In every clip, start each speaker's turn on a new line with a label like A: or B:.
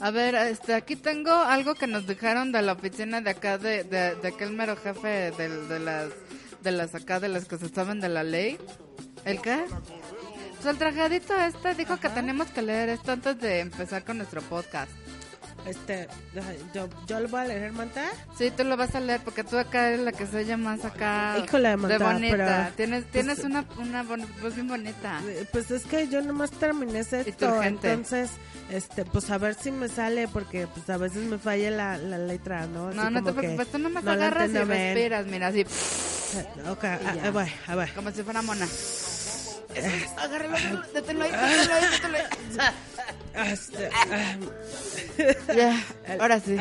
A: A ver, este, aquí tengo algo que nos dejaron de la oficina de acá, de, de, de aquel mero jefe de, de, las, de las acá, de las que se saben de la ley. ¿El qué? Pues el trajadito este dijo que
B: Ajá.
A: tenemos que leer esto antes de empezar con nuestro podcast.
B: Este, yo, yo lo voy a leer, Manta.
A: Sí, tú lo vas a leer porque tú acá eres la que se oye más acá.
B: Híjole, Amanda,
A: De bonita.
B: pero-
A: Tienes, tienes
B: pues-
A: una, una bon- voz bien bonita.
B: Eh, Pues es que yo nomás terminé esto,
A: urgente.
B: entonces, este, pues a ver si me sale, porque pues a veces me falla la, la letra, ¿no? Así
A: No, no te
B: como que
A: preocupes, tú nomás
B: no la
A: agarras y
B: entiendo bien.
A: respiras, mira, así,
B: Ok, ah,
A: Y ya.
B: ah, voy, ah, voy.
A: como si fuera mona.
B: ¿Eh?
A: Agárralo, agárralo, détenlo ahí, détenlo ahí, détenlo ahí.
B: Ah, este, ah,
A: Ya,
B: El-
A: ahora sí.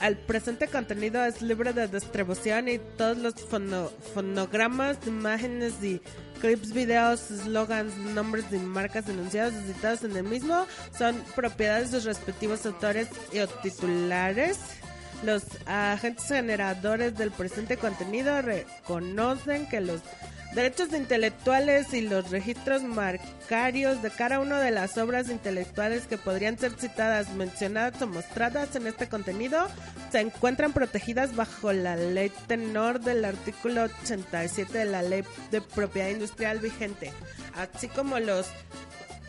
B: ah, El presente contenido es libre de distribución y todos los fono- fonogramas, imágenes y clips, videos, eslogans, nombres de marcas enunciados y citados en el mismo son propiedades de sus respectivos autores y o titulares. Los agentes generadores del presente contenido reconocen que los derechos intelectuales y los registros marcarios de cada una de las obras intelectuales que podrían ser citadas, mencionadas o mostradas en este contenido se encuentran protegidas bajo la ley tenor del artículo 87 de la ley de propiedad industrial vigente, así como los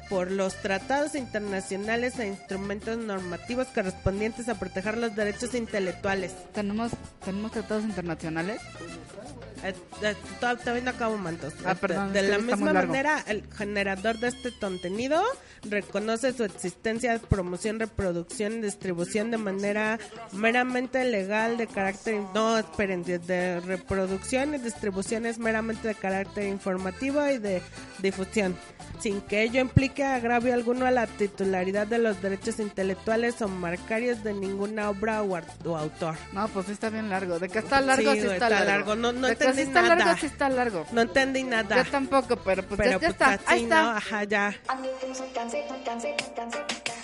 B: por los tratados internacionales e instrumentos normativos correspondientes a proteger los derechos intelectuales.
A: ¿Tenemos, ¿Tenemos tratados internacionales?
B: Eh, eh, to- Todavía no acabo, Mantos.
A: Ah,
B: Este,
A: perdón,
B: de
A: es que
B: la
A: está muy
B: misma
A: largo.
B: manera, el generador de este contenido reconoce su existencia, promoción, reproducción y distribución de manera meramente legal de carácter... No, esperen, de, de reproducción y distribución es meramente de carácter informativo y de difusión sin que ello implique agravio alguno a la titularidad de los derechos intelectuales o marcarios de ninguna obra o ar- o autor.
A: No, pues sí está bien largo. ¿De qué está largo?
B: Sí,
A: Sí,
B: güey,
A: está,
B: está
A: largo.
B: largo. No- no
A: De que
B: entendí
A: sí está
B: nada.
A: largo, sí está largo.
B: No entendí nada.
A: Yo tampoco, pero pues ya, ya
B: Pero pues
A: está.
B: así,
A: Ahí está.
B: ¿no? Ajá, ya.
C: Antes de que nos alcance, alcance, alcance, alcance.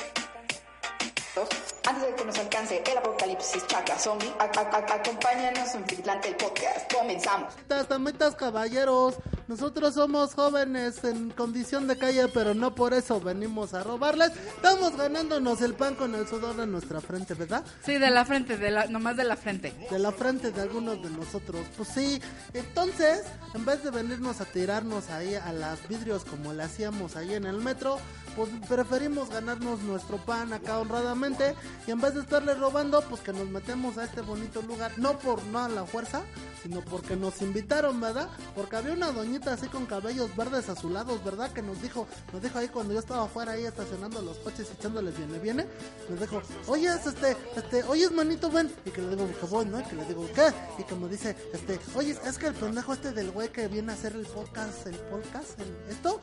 C: Antes de que nos alcance el apocalipsis chaca zombie, a- a- a- acompáñanos en Fitlante el podcast. Comenzamos.
D: Tamitas, tamitas, caballeros, nosotros somos jóvenes en condición de calle, pero no por eso venimos a robarles. Estamos ganándonos el pan con el sudor de nuestra frente, ¿verdad?
A: Sí, de la frente, de la, nomás de la frente.
D: De la frente de algunos de nosotros. Pues sí, entonces, en vez de venirnos a tirarnos ahí a las vidrios como le hacíamos ahí en el metro, pues preferimos ganarnos nuestro pan acá honradamente y en vez de estarle robando, pues que nos metemos a este bonito lugar, no por no a la fuerza, sino porque nos invitaron, ¿verdad? Porque había una doñita así con cabellos verdes azulados, ¿verdad? Que nos dijo, nos dijo ahí cuando yo estaba afuera ahí estacionando los coches y echándoles viene, viene, nos dijo, oye, este, este, oye, manito, ven. Y que le digo, que voy, ¿no? Y que le digo, ¿qué? Y que me dice, este, oye, es que el pendejo este del güey que viene a hacer el podcast, el podcast, el- esto,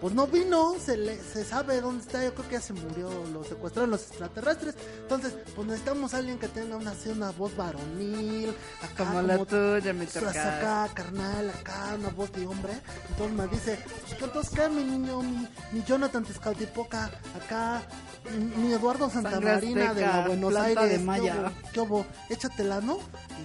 D: pues no vino, se, le, se sabe dónde está, yo creo que ya se murió, lo secuestraron los extraterrestres. Entonces, pues necesitamos a alguien que tenga una, así, una voz varonil, acá,
A: Como la tuya, mi
D: pues,
A: torcada.
D: acá, carnal, acá, una voz de hombre. Entonces me dice, "Pues, ¿qué entonces qué, mi niño, mi, mi Jonathan Tezcautipoca, acá, mi, mi Eduardo Santamarina de la
A: azteca,
D: Buenos
A: planta
D: Aires,
A: de
D: ¿qué
A: maya.
D: hubo? ¿qué hubo? Échatela, ¿no?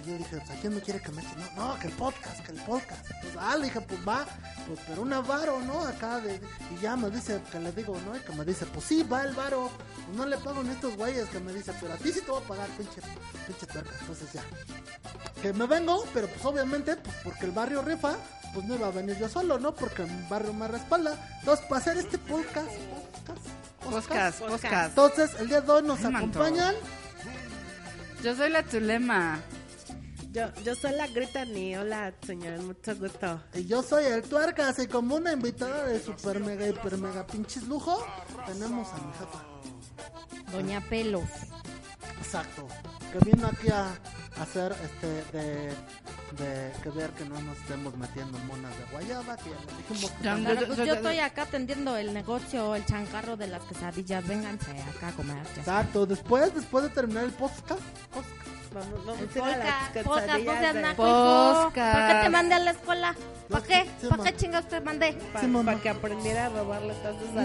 D: Y yo dije, pues, ¿a quién me quiere que me eche? No, no, que el podcast, que el podcast. Pues, ah, le dije, pues va, pues, pero una varo, ¿no? Acá, de, y ya me dice, que le digo, ¿no? Y que me dice, pues sí, va el varo. Pues, no le pago ni estos güeyes que me dice, pero a ti sí te voy a pagar, pinche, pinche tuerca. Entonces ya, que me vengo, pero pues obviamente, pues porque el barrio rifa, pues no iba a venir yo solo, ¿no? Porque el barrio me respalda. Entonces, para hacer este podcast, podcast,
A: Podcast, podcast.
D: Entonces, el día de hoy nos
A: Ay, manto.
D: acompañan.
A: Yo soy la Zulema.
B: Yo, yo soy la Gritani. Hola, señor. Mucho gusto.
D: Y yo soy el Tuercas y como una invitada de super mega hiper mega pinches lujo, tenemos a mi jefa.
E: Doña Pelos.
D: Exacto. Que vino aquí a a hacer este de, de que ver que no nos estemos metiendo monas de guayaba, que ya le dijimos que
A: Ya,
E: Claro,
A: yo-
E: pues
A: yo-
E: yo,
A: yo-
E: estoy acá atendiendo el negocio, el chancarro de las quesadillas. Vénganse acá a comer. ya saben.
D: Exacto, después, después de terminar el podcast, podcast,
B: Vamos, vamos
E: El
B: a ir a las
E: Podcast, podcast, no
B: quesadillas
E: seas
B: de-
E: naco,
A: Podcast.
E: hijo. ¿Por qué te mandé a la escuela? ¿Para qué?
D: Sí,
E: ¿Para
D: ma.
E: qué chingados te mandé?
B: pa-
D: Sí, mamá.
B: pa' que aprendiera a robarle cosas a los
E: No,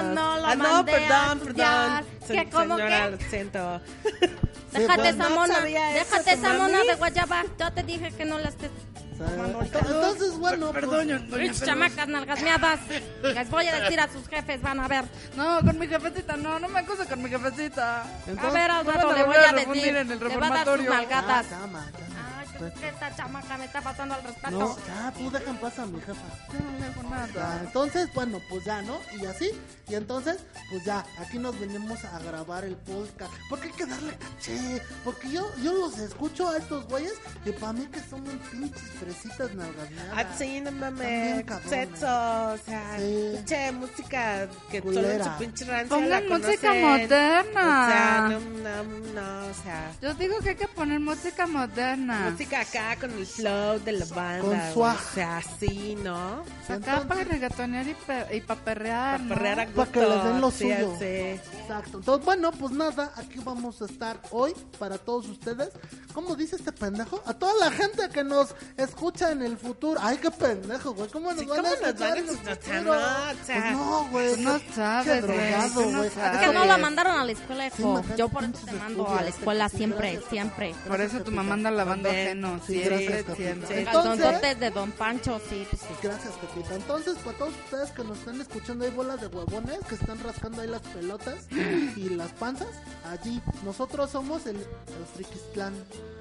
B: niños.
E: no lo
B: ah, no,
E: mandé a
B: perdón,
E: estudiar.
B: perdón.
E: ¿Qué,
B: Se-
E: cómo
B: señora,
E: qué?
B: lo siento. Pues
E: Déjate
D: bueno.
E: esa
B: No
E: mona.
B: sabía eso,
E: Déjate
B: tu
E: esa mona
B: mami.
E: de guayaba. Yo te dije que no la estés
D: sea, ento- entonces, bueno, pues,
E: Pinches chamacas nalgasmeadas. Les voy a decir a sus jefes, van a ver.
A: No, con mi jefecita, no, no me acuso con mi jefecita.
E: a ver, al
A: no
E: rato
A: van a
E: le voy
A: volver
E: a
A: a refundir
E: decir.
A: en el
E: Le va a dar sus
A: reformatorio.
D: ah,
E: malgatas.
D: cama, cama.
E: Ay, ¿qué- ¿qué esta chamaca me está pasando al respeto?
D: No, ya, tú dejan pasar a mi jefa.
A: No, no hago
D: Ah,
A: nada.
D: Entonces, bueno, pues ya, ¿no? Y así, y entonces, pues ya, aquí nos venimos a grabar el podcast. Porque hay que darle caché. Porque yo, yo los escucho a estos güeyes que para mí que son un pinches fresitas nalganeadas.
B: Así, Ah, no
D: También,
B: mames,
D: cabrón,
B: sexo, o sea,
D: Sí.
B: pinche música que solo en
D: Culera.
B: su pinche rancho
A: Pongan
B: la
A: música
B: conocen.
A: moderna.
B: O sea, no, no, no, o sea,
A: Yo digo que hay que poner música moderna.
B: música acá con el flow de la banda,
D: Con
B: güey,
D: swag.
B: o sea, así, ¿no?
A: Acá para regatonear y, pa- y pa' perrear, ¿no?
B: Para perrear a
D: Para que les den lo
B: gusto, sí,
D: suyo.
B: sí.
D: Exacto. Entonces, bueno, pues nada, aquí vamos a estar hoy para todos ustedes. ¿Cómo dice este pendejo? A toda la gente que nos escucha en el futuro. Ay, qué pendejo, güey. ¿Cómo nos
B: Sí,
D: van a
B: ¿cómo nos
D: escuchar
B: van a
D: en el
B: escuchar?
D: futuro?
B: No, o sea,
D: Pues no, güey.
A: tú no
D: qué
A: sabes, güey,
D: drogado,
A: tú no
D: güey.
A: sabes.
E: Que no
A: Oye.
E: la mandaron a la escuela,
D: Sí,
E: hijo.
D: mandaste
E: Yo por eso te
D: pinches
E: mando
D: estudios,
E: a la escuela
D: sí,
E: siempre,
D: gracias.
E: siempre.
A: Por eso tu mamá anda lavando ajeno.
D: Sí,
A: siempre,
D: gracias, Capitán.
A: siempre.
D: Sí. Entonces-
E: Calzonzotes de Don Pancho, sí, pues sí.
D: Gracias, Pepita. Entonces, para todos ustedes que nos están escuchando, hay bolas de huevones que están rascando ahí las pelotas y las panzas. Allí, nosotros somos el, el Friquistlán.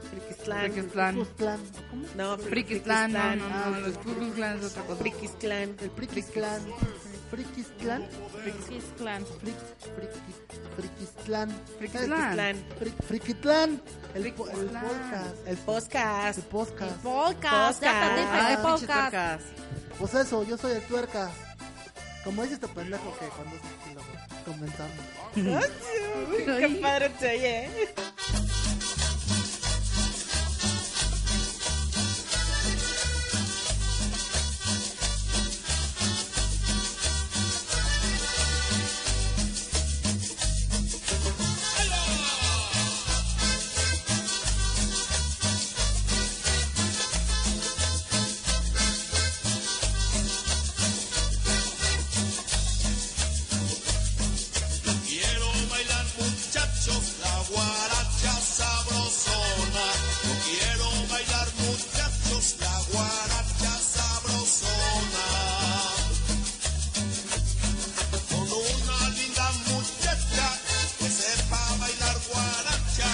B: Friquislán.
A: Friquistlán.
D: Custlán. ¿Cómo?
B: No,
A: Friquistlán, no,
B: Friquislán.
A: no, no, los Ku Klux Klan es otra cosa.
B: Friquislán.
D: El Friquistlán. Friquistlán.
E: Sí, claro.
D: Fric, friquis- Friquistlán.
A: Friquistlán.
B: Friquislán.
D: Fric- Friquitlán. El, po- el
A: Friquislán.
D: podcast. El
B: Podcast.
D: El podcast.
E: Polcas, ya te dije
A: Ay,
E: que
A: Ah, pinche
E: polcas.
D: Pues eso, yo soy el tuercas. Como dice este pendejo que cuando es estilo, güey. comenzamos.
B: Qué padre te oye. ¿eh?
F: Quiero bailar muchachos la guaracha sabrosona. Yo quiero bailar muchachos la guaracha sabrosona. Con una linda muchacha que sepa bailar guaracha.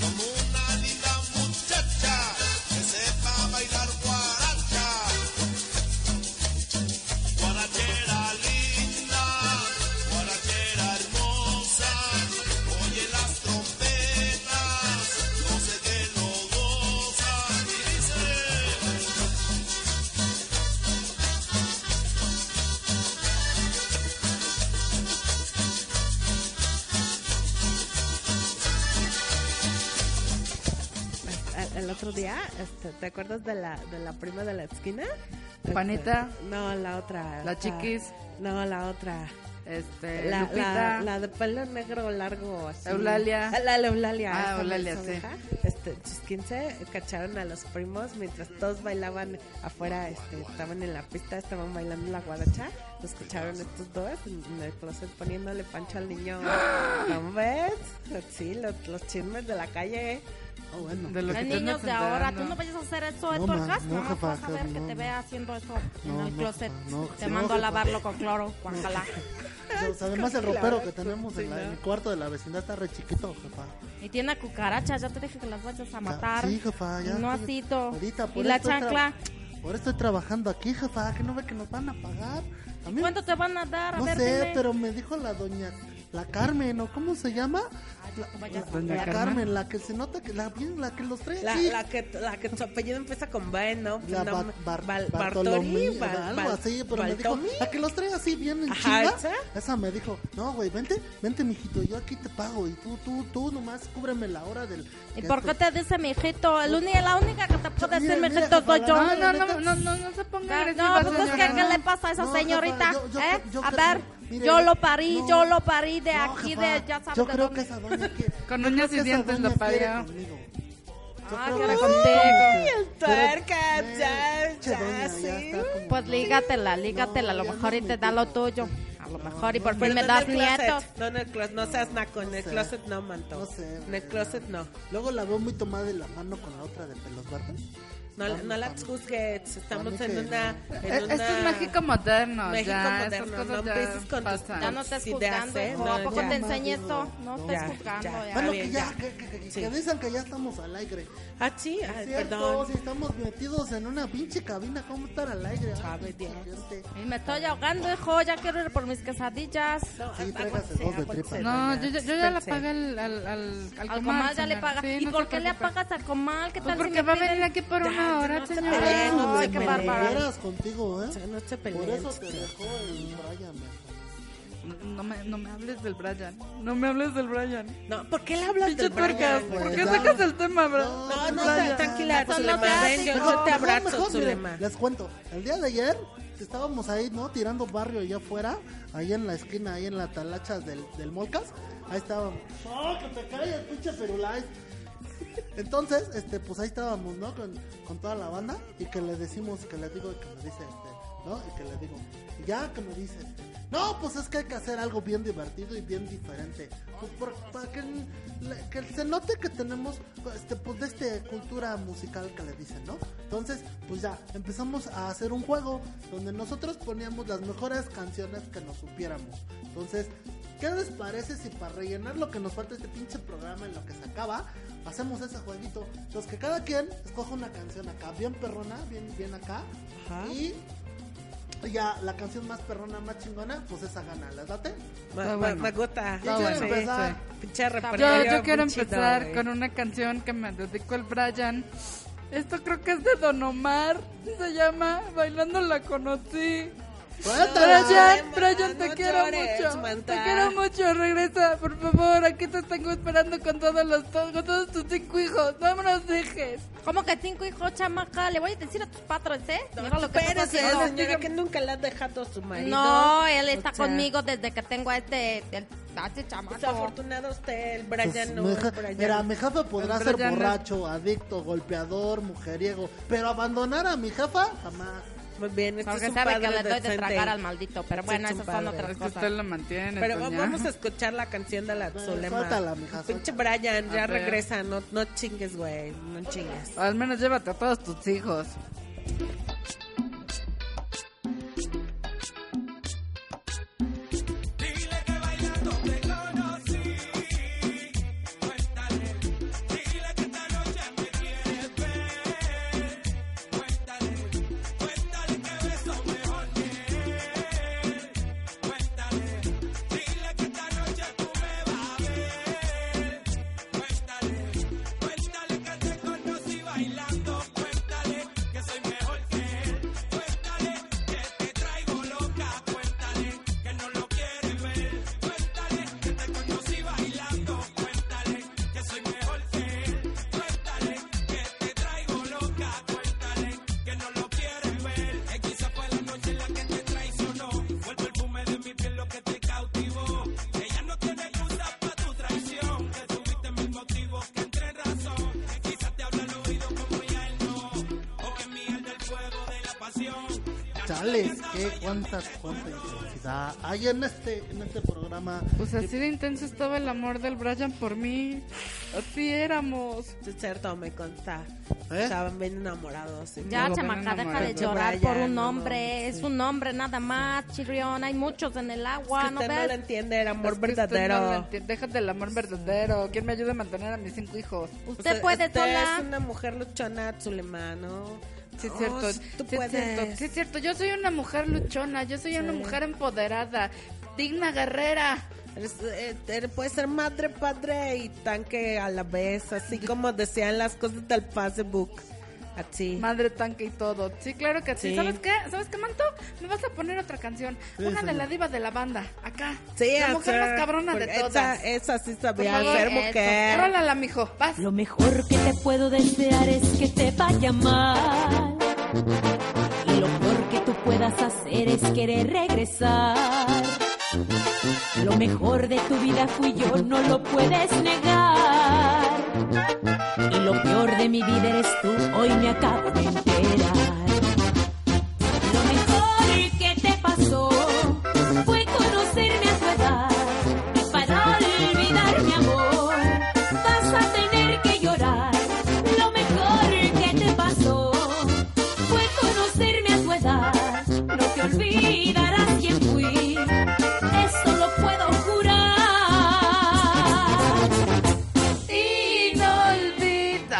F: Con una linda muchacha que sepa bailar guaracha. Guarachera linda, guarachera hermosa, oye las trompetas, no sé qué lo gozan y dice.
B: El, el otro día, este, ¿te acuerdas de la, de la prima de la esquina?
A: Juanita.
B: Este, no, la otra.
A: La
B: esta-
A: chiquis.
B: No, la otra.
A: Este,
B: La,
A: Lupita.
B: la, la de pelo negro largo. Así.
A: Eulalia.
B: Ah, La, la Eulalia.
A: Ah,
B: esa
A: Eulalia,
B: mensa
A: sí.
B: vieja. Este, sus 15 cacharon a los primos mientras todos bailaban afuera, este, estaban en la pista, estaban bailando la guaracha. Los cacharon estos dos en en el closet poniéndole pancho al niño. ¿Cómo ves? Sí, los, los chismes de la calle.
D: Ah, bueno.
A: De lo
E: Los
A: que te
E: niños
A: andas
E: de ahora, tú
A: enterando.
E: no vayas a hacer eso,
D: No,
E: ¿eh,
D: ma,
E: Torcas?
D: no,
E: No, más
D: jefa,
E: vas a ver
D: jefa,
E: que
D: no.
E: te vea haciendo eso
D: No,
E: en el
D: no,
E: closet.
D: jefa, no,
E: Te
D: sí, pues.
E: mando
D: no,
E: a
D: jefa.
E: lavarlo con cloro, guacala.
D: Pues, además, el ropero que tenemos en, la-
B: Sí, ¿no?
D: en el cuarto de la vecindad está re chiquito, jefa.
E: Y tiene a cucarachas, ya te dije que las vayas a matar.
D: Sí, jefa, ya.
E: Y no
D: sí.
E: así, to.
D: Ahorita, por
E: Y
D: eso
E: la
D: estoy tra-
E: chancla.
D: Por eso estoy trabajando aquí, jefa, que no ve que nos van a pagar. A mí,
E: ¿Cuánto te van a dar? A
D: no
E: ver,
D: sé,
E: dime.
D: pero me dijo la doña, la Carmen, ¿o cómo se llama? La,
E: vayas
D: la-
E: a-
A: Doña
D: la
A: Carmen.
D: Carmen? la que se nota que la, bien, la que los trae
B: La,
D: aquí.
B: la que, la que su apellido empieza con B, ¿no?
D: La
B: No,
D: Ba- Bar-
B: Bal-
D: Bartolomé,
B: Bartoli, Bal-
D: algo
B: Bal-
D: así, pero me dijo,
B: Baltomí.
D: la que los trae así bien en
B: Ajá,
D: chinga,
B: ¿esa?
D: esa me dijo, no, güey, vente, vente, mijito, yo aquí te pago y tú, tú, tú nomás cúbreme la hora del...
E: ¿Y
D: que
E: por qué
D: este-
E: te dice mijito? El uni- la única que te puede
D: Mira,
E: decir
D: mira,
E: mijito
D: jefa,
E: soy
D: la
E: yo.
A: Ah, No,
D: neta,
A: no, no, no, no, no se ponga
E: No,
A: agresiva,
E: pues es que,
A: señora.
E: ¿qué le pasa a esa
D: No, jefa,
E: señorita?
D: yo- yo
E: ¿Eh?
D: creo- yo
E: a
D: creo-
E: ver,
D: mire,
E: yo
D: yo-
E: lo parí,
D: no.
E: yo lo parí de
D: No,
E: aquí,
D: jefa,
E: de ya sabes
D: Yo
E: de
D: creo
E: dónde.
D: que esa doña que-
A: Con
D: yo
A: uñas
D: creo
A: y
D: que esa
A: dientes
D: doña
A: lo parió.
D: quiere conmigo. Yo
E: Ah,
D: creo
E: que la
D: sí,
E: contigo.
D: como que-
B: El tuercas,
D: Pero,
B: ya,
D: pinche
B: ya,
D: doña, ya
B: sí.
D: está como-
E: Pues lígatela, lígatela, a lo
D: ya no
E: mejor y
D: me
E: te da lo
D: dijo.
E: tuyo. A lo
D: No,
E: mejor y
D: no,
E: por
B: Pero
E: fin me
B: no
E: das
B: en el closet,
E: nietos.
B: No, en el closet, no seas naco, en el
D: sé.
B: closet no, manto.
D: No sé,
B: En el
D: güey.
B: closet no.
D: Luego la veo muy tomada de la mano con la otra de pelos verdes.
B: No, la- no las juzgues, estamos
D: Para mí
B: en
D: que
B: una... en
A: Eh, Esto
B: una-
A: es México moderno,
B: México
A: ya,
B: moderno,
A: esas cosas
B: no
E: pues
B: empieces
A: ya
B: con tus-
A: pasan.
E: Ya no estás
B: Si te
E: juzgando,
B: hace,
E: hijo.
B: no,
E: ¿A poco
B: ya.
E: te enseñé esto? No,
D: No,
E: estás
B: ya,
E: juzgando.
B: ya.
E: ya.
D: Bueno,
B: bien,
D: que ya,
B: ya.
D: que, que- que- que
B: Sí.
D: dicen que ya estamos al aire.
B: Ah, sí,
D: Es
B: ay,
D: cierto,
B: perdón.
D: si estamos metidos en una pinche cabina, ¿cómo estar al aire? Ay,
B: Sabe
D: pinche
B: Dios.
D: gente.
E: Y me estoy ahogando, hijo. Ya quiero ir por mis quesadillas.
B: No,
D: Sí,
B: aguántese,
D: tráigase dos de
B: aguántese,
D: tripa.
A: No,
B: doña.
A: yo, yo- yo ya le
B: Espérese.
A: pagué al, al, al, al
E: Al
A: comal,
E: comal ya le
A: señor.
E: paga.
A: Sí,
E: ¿Y
A: no
E: por
A: se
E: qué le
A: preocupe.
E: pagas al comal? ¿Qué
A: Pues
E: tal si
A: porque
E: me
A: va a
E: pide-
A: venir aquí por una
B: Ya,
A: hora,
B: no se
A: señor.
B: peleen,
D: Ay,
E: no,
D: me
E: ay, qué
D: me
E: bárbaro.
D: liberas contigo, ¿eh?
B: O sea, no se
D: Por
B: peleen.
D: eso te dejó el Brian. ¿no?
A: No me, no me hables del Brian. No me hables del Brian.
B: No, ¿por qué le hablas
A: Pinche
B: del
A: tuercas. ¿Por
B: Brian?
D: güey,
A: qué
D: ya.
A: sacas el tema, bro?
B: No, no,
A: Brian.
B: tra- tranquila,
E: Eso no
B: Zulema,
E: te hace,
B: ven, yo,
E: hijo.
B: yo te
D: Mejor,
B: abrazo,
D: mejor, miren,
B: Zulema.
D: les cuento. El día de ayer estábamos ahí, ¿no? Tirando barrio allá afuera, ahí en la esquina, ahí en la talacha del, del Molcas. Ahí estábamos. ¡Oh, que te calles, pinche Perulay! Entonces, este, pues ahí estábamos, ¿no? Con, con toda la banda y que le decimos, que le digo, y que me dice, este, ¿no? Y que le digo, y ya que me dice, este, no, pues es que hay que hacer algo bien divertido y bien diferente. Pues por- para que, le- que se note que tenemos, este, pues de esta cultura musical que le dicen, ¿no? Entonces, pues ya, empezamos a hacer un juego donde nosotros poníamos las mejores canciones que nos supiéramos. Entonces, ¿Qué les parece si para rellenar lo que nos falta este pinche programa en lo que se acaba, hacemos ese jueguito? Entonces que cada quien escoja una canción acá, bien perrona, bien, bien acá,
B: Ajá.
D: y ya la canción más perrona, más chingona, pues esa gana, ¿les date?
B: Ma-
A: Está
B: ma-
A: bueno.
B: Magota.
D: ¿Quién quiere empezar?
B: Pinche
A: Yo,
B: repertorio
A: yo quiero
B: muy chido,
A: empezar
B: güey.
A: con una canción que me dedicó el Brian. Esto creo que es de Don Omar. Se llama Bailando la conocí.
D: ¡Suéltala!
A: Brian,
B: man,
A: Brian, te
B: no
A: quiero
B: llores,
A: mucho.
B: manta.
A: Te quiero mucho. Regresa, por favor. Aquí te tengo esperando con todos los con todos tus cinco hijos. No me los dejes.
E: ¿Cómo que cinco hijos, chamaca? Le voy a decir a tus patrones, ¿eh?
B: No,
E: Mira lo que estás
B: espérese,
E: haciendo.
B: señora, que nunca la ha dejado su marido.
E: No, él está
B: O sea,
E: conmigo desde que tengo a este, el, a este chamaco.
B: Desafortunado usted, el
D: Pues,
B: Brian no.
D: mi
B: el
D: ja-
B: Brian.
D: Mira, mi jefa podrá
A: El
D: ser
A: Brian es-
D: borracho, adicto, golpeador, mujeriego, pero abandonar a mi jefa jamás.
B: Muy bien, este es
E: Porque
B: un
E: sabe que
B: padre
E: le doy de
B: decente.
E: tragar al maldito. Pero
B: Este
E: bueno,
B: es un
E: esas son
B: padre.
E: otras
A: Es que usted
E: cosas.
A: lo mantiene.
B: Pero
A: doña.
B: vamos a escuchar la canción de la
D: Bueno,
B: Zulema.
D: suéltala, mija,
B: Pinche
D: suéltala.
B: Brian, ya
A: A ver.
B: regresa. No, no chingues, güey. No chingues.
A: Al menos llévate a todos tus hijos.
D: Chales, qué cuánta, cuánta intensidad hay en este, en este programa.
A: Pues así de intenso estaba el amor del Brian por mí. Así éramos.
B: Sí, Es cierto, me consta.
D: ¿Eh?
B: Estaban bien enamorados. sí.
E: Ya,
A: Luego
E: chamaca,
A: ven
E: deja de
A: enamorando.
E: llorar
B: Vaya,
E: por un
B: no,
E: hombre.
B: sí.
E: Es un hombre nada más, chirrión. Hay muchos en el
B: Es que
E: agua, ¿no
B: usted no lo
E: ves?
B: entiende, el amor
A: Es que usted
B: verdadero.
A: no lo entiende. Déjate el amor verdadero. ¿Quién me ayuda a mantener a mis cinco hijos?
B: O
E: Usted
B: sea,
E: puede
B: usted
E: sola.
B: es una mujer luchona, Zulema, ¿no?
A: Sí, es
B: No,
A: cierto.
B: Oh, sí,
A: Sí,
B: tú
A: es
B: puedes.
A: cierto. Sí, es cierto. Yo soy una mujer luchona. Yo soy una mujer empoderada. Digna guerrera.
B: Eres, eh, eres- puedes ser madre, padre y tanque a la vez, así como decían las cosas del Facebook. Así.
A: Madre tanque y todo. Sí, claro que sí.
B: Sí.
A: ¿Sabes qué? ¿Sabes qué, Manto? Me vas a poner otra canción.
D: Sí,
A: Una de
D: señor.
A: la diva de la banda. Acá.
B: Sí,
A: La
B: a
A: mujer
B: ser-
A: más cabrona de
B: porque
A: todas.
B: Esa, esa sí
A: Por
B: sabía
A: favor,
B: ser
E: eso,
B: mujer.
A: Rólala, mijo. Vas.
G: Lo mejor que te puedo desear es que te vaya mal. Y lo peor que tú puedas hacer es querer regresar. Lo mejor de tu vida fui yo, no lo puedes negar. Y lo peor de mi vida eres tú, hoy me acabo de enterar. Lo mejor que te pasó fue conocerme a tu edad. Y para olvidar mi amor, vas a tener que llorar. Lo mejor que te pasó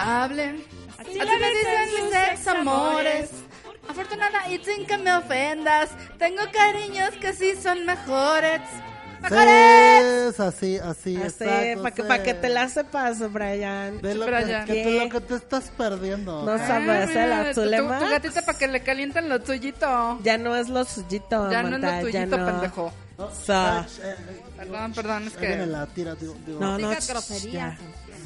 A: que me dicen mis ex amores. Afortunada y sin que me ofendas. Tengo cariños que sí son mejores. Mejores.
D: Es así, así, exacto,
B: para que,
D: sí.
B: Ah, pa' que te la sepas, Brian.
D: De lo
A: Brian.
D: que, que te, lo que te estás perdiendo.
B: No
A: Ah,
B: sabes el
A: mira, tu,
B: azulema.
A: tu- tu gatita para que le calienten lo tuyito.
B: Ya no es lo suyito,
A: Ya no es
B: Amanda,
A: lo
B: ya
A: tuyito,
B: no.
A: pendejo.
D: No,
B: Sa-
D: ay, eh, eh,
A: Perdón, perdón, es
D: ahí viene
A: que.
D: la tira, digo, digo,
B: No, no,
E: Diga
B: ch-
E: groserías.
B: ya.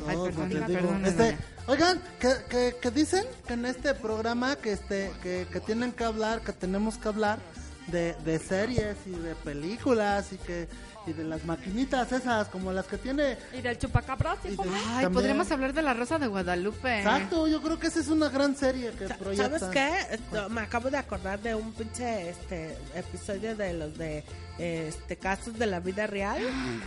A: Ay,
D: no,
A: perdón,
D: te
A: diga,
D: digo,
A: perdón,
D: este,
A: doña.
D: oigan, que, que, que dicen que en este programa que este que, que tienen que hablar, que tenemos que hablar de, de series y de películas y que y de las maquinitas esas como las que tiene
H: Y del chupacabras,
D: y
H: hijo.
D: de-
A: Ay,
D: también.
A: podríamos hablar de la Rosa de Guadalupe.
D: Exacto, yo creo que esa es una gran serie que
B: Sa-
D: proyectan.
B: ¿Sabes qué? Esto, me acabo de acordar de un pinche este episodio de los de este casos de la vida real.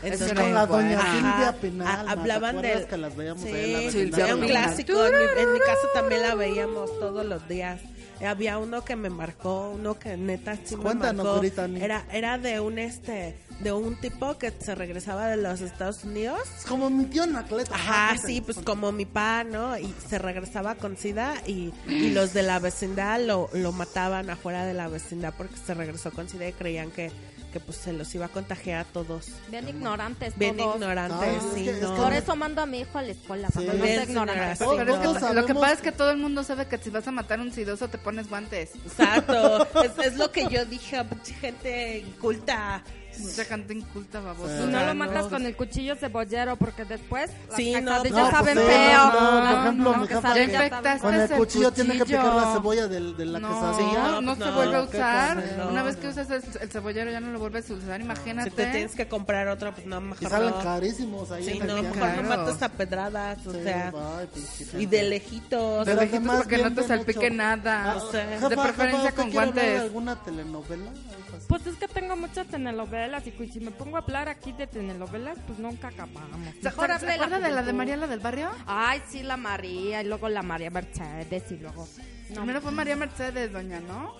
A: Eso
D: Sí,
A: era
D: con la
A: bueno.
D: doña
B: Ajá.
D: Silvia
B: Ah,
D: Pinal.
B: hablaban de
D: de que las veíamos ahí en la
B: sí,
A: Silvia
B: era un
D: vecindario?
A: Pinal.
B: clásico en mi, en mi casa también la veíamos todos los días Eh, había uno que me marcó uno que neta sí me
D: Cuéntanos
B: marcó
D: ahorita, Ani.
B: era era de un este de un tipo que se regresaba de los Estados Unidos
D: Es como mi tío Anacleto.
B: Ajá,
D: fíjate.
B: sí, pues como mi pa, ¿no? Y se regresaba con SIDA y, y
D: Mm.
B: los de la vecindad lo, lo mataban afuera de la vecindad porque se regresó con SIDA y creían que, que pues se los iba a contagiar a todos.
E: Bien ignorantes
B: Bien
E: todos.
B: ignorantes,
D: No, Ah, es
B: sí,
D: que- es
B: no.
D: que
E: Por eso mando a mi hijo a la escuela,
D: Sí.
E: para no
B: Bien
E: ser ignorante.
B: ignorantes.
A: Pero es que
D: Todos
A: t- lo que
D: sabemos
A: pasa es que todo el mundo sabe que si vas a matar un sidoso te pones guantes.
B: Exacto, es, es lo que yo dije, pinche gente inculta.
A: Mucha gente inculta, babosa.
H: Y no
B: Ah,
H: lo matas
B: no.
H: con el cuchillo cebollero porque después las
B: Sí, no,
H: casadillas
B: no, pues
H: saben
D: sí,
H: feo.
E: Ah,
D: no, no, por
H: No,
D: ejemplo,
H: no,
D: mi
H: que
D: jefa-
H: saben,
A: Ya
H: ya
A: infectas.
H: saben.
D: Con el
A: Este es el
D: cuchillo tiene que picar la
A: cuchillo.
D: cebolla de, de la
A: No,
D: quesadilla.
A: no,
B: no,
A: se
B: no,
A: vuelve a
B: no, qué
A: usar.
B: cosa, no.
A: Una vez que usas el, el cebollero ya no lo vuelves a usar, imagínate.
B: Si te tienes que comprar otro, pues no,
D: Y
B: mejor
D: salen
B: no.
D: carísimos ahí
B: Sí,
D: en
B: no,
D: el
B: mejor
D: tianguis.
B: no
A: Claro.
B: matas a pedradas, o
D: Sí,
B: sea,
D: ay, pinche
B: y
D: gente.
B: de Ah,
D: Pero
B: lejitos.
A: De lejitos
D: además
A: para que
D: bien
A: no te
D: bien
A: salpique
D: hecho.
A: nada.
B: No sé.
D: jefa,
A: De
D: jefa,
A: preferencia
D: ¿usted
A: con
D: quiere hablar de
A: guantes.
D: alguna telenovela? Algo así.
H: Pues es que tengo muchas telenovelas y cu- si me pongo a hablar aquí de telenovelas, pues nunca acabamos.
A: ¿Se,
E: Mejor
A: se-
E: hable
A: se acuerda
E: la
A: de la de
E: juventud.
A: María la del barrio?
E: Ay, sí, la María, y luego la María Mercedes, y luego... No,
A: Primero fue María Mercedes, doña, ¿no?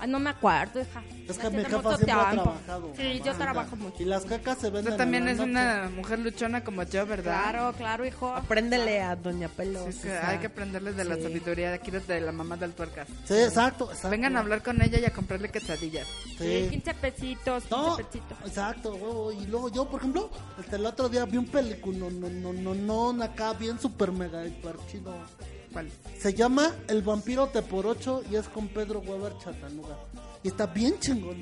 E: ah, no me acuerdo, hija.
D: Es que
E: Ya
D: mi
E: tiene
D: jefa
E: mucho
D: siempre ha
E: tiempo.
D: trabajado.
E: Sí, yo
D: mamá.
E: trabajo mucho.
D: Y las cacas se venden
A: Usted también
D: en
A: es
D: la noche.
A: una mujer luchona como yo, ¿verdad?
E: Claro, claro, hijo.
B: Apréndele a Doña Pelos.
A: Así que
B: o sea.
A: hay que aprenderles de la
B: sí.
A: sabiduría de aquí desde la mamá del tuercas.
D: Sí, exacto, exacto.
A: Vengan a hablar con ella y a comprarle quesadillas.
H: Sí,
D: Sí.
H: 15 pesitos, 15
D: No,
H: pesitos.
D: exacto, huevo. Y luego yo, por ejemplo, hasta el otro día vi un película, no, no, no, no, acá, bien super mega hiper chido.
A: ¿Cuál?
D: Se llama El vampiro te por ocho y es con Pedro Weber Chatanuga. Y está bien chingón.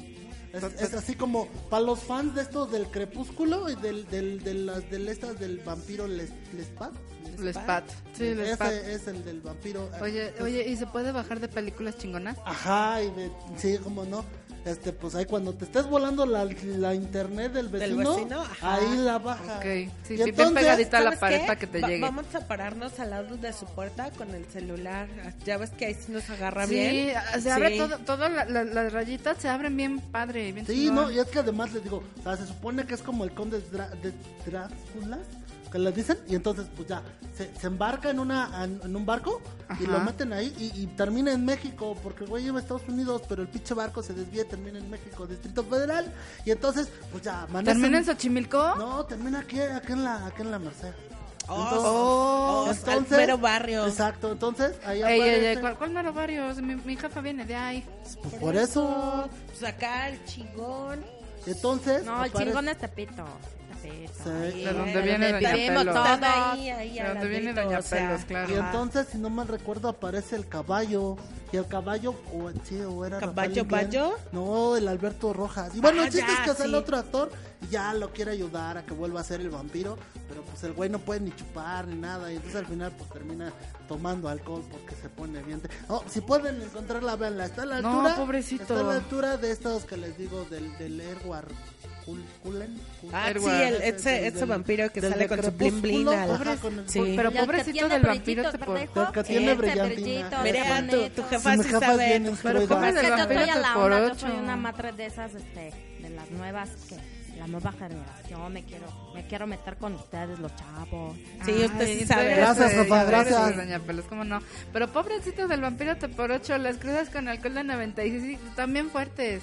D: Es, es así como para los fans de estos del crepúsculo y del, del, de las del estas del vampiro les, Lespat.
A: Lespat. Sí,
D: Ese
A: Lespat.
D: es el del vampiro.
A: Oye, oye, ¿y se puede bajar de películas chingonas?
D: Ajá, y de, sí, como no. Este, pues ahí cuando te estés volando la, la internet del
B: Del
D: vecino,
B: vecino, ajá.
D: ahí la baja.
A: Ok, sí,
D: Y
A: sí, bien
D: entonces,
A: pegadita a la
B: ¿Sabes
A: pared
B: qué?
A: para que te
B: Va-
A: llegue.
B: Vamos a pararnos al lado de su puerta con el celular. Ya ves que ahí sí nos agarra
A: sí,
B: bien.
A: se abre
B: Sí.
A: todo, todo la- la- las rayitas se abren bien padre, bien
D: Sí,
A: chingón.
D: no, y es que además les digo, o sea, se supone que es como el conde Dra- de Drácula, que le dicen, y entonces pues ya, se, se embarca en una en, en un barco y
A: Ajá.
D: lo meten ahí y, y termina en México, porque el güey iba a Estados Unidos, pero el pinche barco se desvía y termina en México, Distrito Federal, y entonces pues ya amanecen-
A: ¿Termina en Xochimilco?
D: No, termina aquí, aquí en la, aquí en la Merced.
B: Oh,
D: Entonces-
B: oh, al mero barrio.
D: Exacto, entonces ahí
A: Ey, ey, ey,
D: aparece-
A: ¿cuál, cuál mero barrio? Mi, mi jefa viene de ahí.
D: Pues, por eso,
B: Pues acá el chingón.
D: entonces
E: No, el
D: aparece-
E: chingón es Tepito. Tepito.
D: Sí.
E: ahí,
A: De donde
E: ahí
A: viene
E: donde
A: Doña
E: vivimos
A: Pelos.
E: todos.
B: Ahí, ahí,
A: De
B: al
A: donde viene
B: ladito,
A: Doña
B: o sea,
A: Pelos, claro.
D: Y entonces, si no mal recuerdo, aparece el caballo. Y el caballo, o sí, o era
B: ¿Caballo
D: Rafael Inclán.
B: Bayo?
D: No, el Alberto Rojas. Y bueno,
B: Ah,
D: el chiste
B: ya,
D: es que sale
B: sí.
D: otro actor y ya lo quiere ayudar a que vuelva a ser el vampiro. Pero pues el güey no puede ni chupar ni nada. Y entonces al final, pues termina tomando alcohol porque se pone bien. Oh, si pueden encontrarla, véanla. Está a la
A: No,
D: altura.
A: pobrecito.
D: Está a la altura de estos que les digo, del, del Erwar. Kul- Kulen. Kul-
B: Ah,
A: Erwan.
B: sí, el,
D: Del-
B: ese, ese
D: del-
B: vampiro que
D: del
B: sale
D: de
B: con su blin
D: Crepúsculo,
B: blin. al-
D: ajá, con el-
B: Sí.
A: Pero
E: Y el
A: pobrecito
E: que
A: del
E: tiene
A: vampiro
E: brillitos,
A: se
E: ¿verdad,
A: por...
E: hijo?
D: El que tiene
E: Ese
D: brillantina.
E: brillito,
B: Mira,
E: ese
B: tu, tu
E: bonito.
B: jefa
D: Sí,
B: sí
D: mi jefa es bien
B: sabe.
D: instruida.
A: Pero ¿cómo
E: Es
A: El
E: que yo
A: vampiro
E: estoy a
A: te
E: la
A: por
E: onda, yo
A: ocho.
E: soy una madre de esas, este, de las nuevas que la nueva generación me quiero, me quiero meter con ustedes, los chavos.
B: Sí, usted
A: Ay,
B: sí
A: tú
B: sabe.
A: eres,
D: Gracias,
A: eh,
D: jefa,
A: ya ves,
D: gracias.
A: Doña Pelos, cómo no. Pero pobrecito del vampiro te por ocho, las crudas con alcohol de 96 también fuertes.